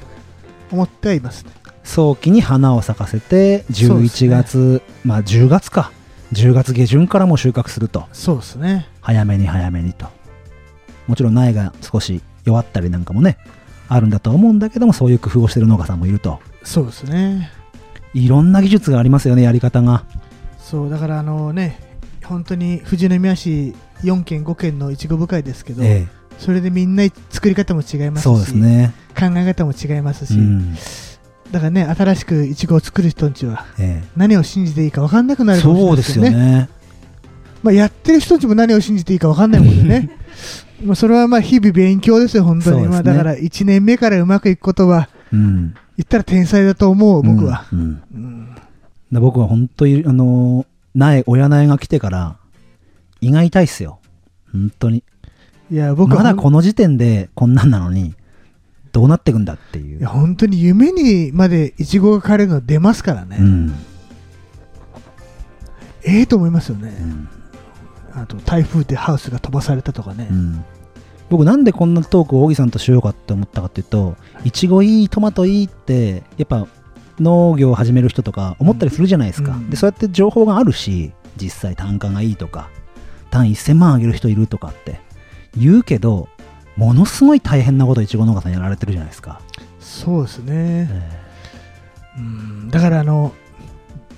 S5: 思ってはいます、ね
S1: 早期に花を咲かせて
S5: そうです
S1: 11
S5: ね
S1: 月、まあ10月か10月下旬からもう収穫すると
S5: そうですね
S1: 早めに早めにともちろん苗が少し弱ったりなんかもねあるんだとは思うんだけどもそういう工夫をしてる農家さんもいると
S5: そうですね
S1: いろんな技術がありますよねやり方が
S5: そうだからあのね本当に富士宮市4県5県のいちご部会ですけど、
S1: え
S5: それでみんな作り方も違い
S1: え
S5: ますし
S1: そうですね、
S5: 考え方も違います
S1: う
S5: し、
S1: ん
S5: だからね新しくいちごを作る人たちは
S1: え
S5: 何を信じていいか分かんなくな
S1: え、
S5: るかもしれ
S1: そ
S5: な
S1: う
S5: い
S1: ですよね
S5: まあ、やってる人たちも何を信じていいか分かんないもん でねまあそれはまあ日々勉強ですよ本当に、
S1: そうですね
S5: まあ、だから1年目からうまくいくことは
S1: うん
S5: 言ったら天才だと思う僕は、
S1: うんうん
S5: うん
S1: で僕は本当に、あのー苗、親苗が来てから、胃が痛いっすよ。本当に。
S5: いや僕は
S1: まだこの時点でこんなんなのに、どうなってくんだってい
S5: いや
S1: う。
S5: 本当に夢にまでイチゴが枯れるの出ますからね、
S1: うん。
S5: ええと思いますよ
S1: う
S5: ね、
S1: ん
S5: あと台風でハウスが飛ばされたとかね、
S1: うん僕なんでこんなトークを小木さんとしようかって思ったかっていうと、いちごいい、トマトいいって、やっぱ農業を始める人とか思ったりするじゃないですか。
S5: うん
S1: で、そうやって情報があるし、実際単価がいいとか、単1000万上げる人いるとかって言うけど、ものすごい大変なこといちご農家さんやられてるじゃないですか。
S5: そうです
S1: え
S5: ね、
S1: え
S5: うん、だからあの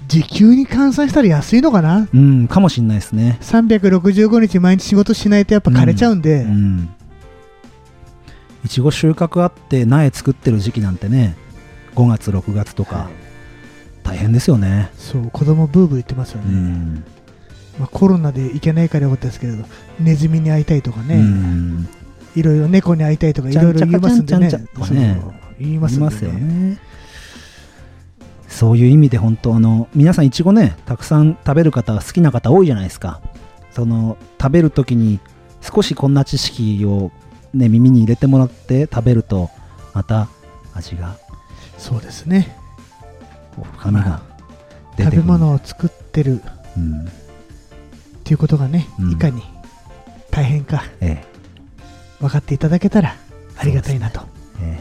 S5: 時給に換算したら安いのかな
S1: うん、かもしんないですね。
S5: 365日毎日仕事しないとやっぱ枯れちゃうんで、
S1: うん。いちご収穫あって苗作ってる時期なんてね、5月、6月とか、大変ですよね。
S5: そう子供ブーブー言ってますよ
S1: う
S5: ね、
S1: ん。
S5: まあ、コロナで行けないからよかったですけれどネズミに会いたいとか
S1: う
S5: ね、
S1: ん。
S5: いろいろ猫に会いたいとかい
S1: ちゃ
S5: ろい
S1: ん
S5: ろ
S1: ちゃ
S5: 言い
S1: か
S5: ますんでね
S1: ちゃんちゃんちゃんとかね
S5: そう言いますんで
S1: いますよね。そういう意味で本当あの皆さんいちごねたくさん食べる方好きな方多いじゃないですかその食べる時に少しこんな知識を、ね、耳に入れてもらって食べるとまた味が
S5: そうですね
S1: こう深みが出て
S5: 食
S1: くる
S5: べ物を作ってる
S1: うん
S5: っていうことがね、
S1: うん
S5: いかに大変か
S1: ええ
S5: 分かっていただけたらありがたいなと、
S1: え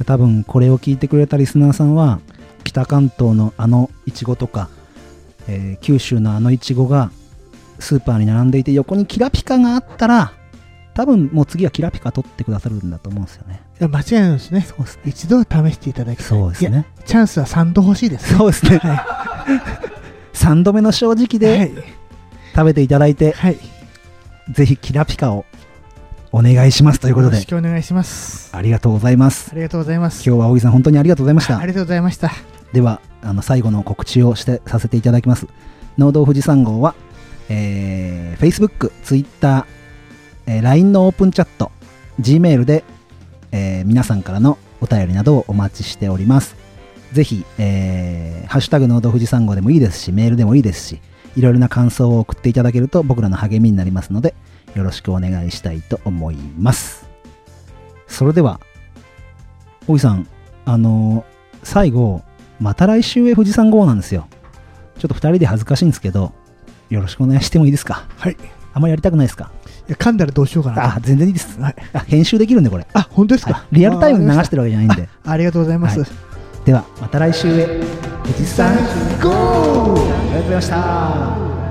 S1: え、多分これを聞いてくれたリスナーさんは北関東のあのいちごとか、えー九州のあのいちごがスーパーに並んでいて横にキラピカがあったら多分もう次はキラピカ取ってくださるんだと思うんですよね。
S5: いや間違いないですね
S1: そうですね。
S5: 一度は試していただきたい
S1: そうです
S5: いや
S1: ね。
S5: チャンスは3度欲しいですね
S1: そうですね。
S5: は
S1: 3度目の正直
S5: いは
S1: で
S5: い、
S1: 食べていただいて、
S5: はい、
S1: ぜひキラピカをお願いしますということ
S5: よろ
S1: で
S5: し、くお願いします
S1: ありがとうございます。
S5: ありがとうございます
S1: 今日は青木さん本当にありがとうございました
S5: あ。りがとうございました
S1: ではあの最後の告知をしてさせていただきます農道富士山号は、えー Facebook、Twitter、えー LINE のオープンチャット Gmail で、えー皆さんからのお便りなどをお待ちしておりますぜひ、えーハッシュタグ農道富士山号でもいいですしメールでもいいですしいろいろな感想を送っていただけると僕らの励みになりますのでよろしくお願いしたいと思いますそれでは大井さんあのー最後また来週へ富士山号なんですよ。ちょっと2人で恥ずかしいんですけど、よろしくお願いしてもいいですか
S5: はいい
S1: あんまりやりたくないですか
S5: や噛んだらどうしようかなと
S1: あ、全然いいです。
S5: はい
S1: あ編集できるんで、これ、
S5: あ本当ですか、
S1: はいリアルタイムに流してるわけじゃないんで。
S5: ありがとうございます、
S1: はいでは、また来週へ。富士山号ありがとうございました。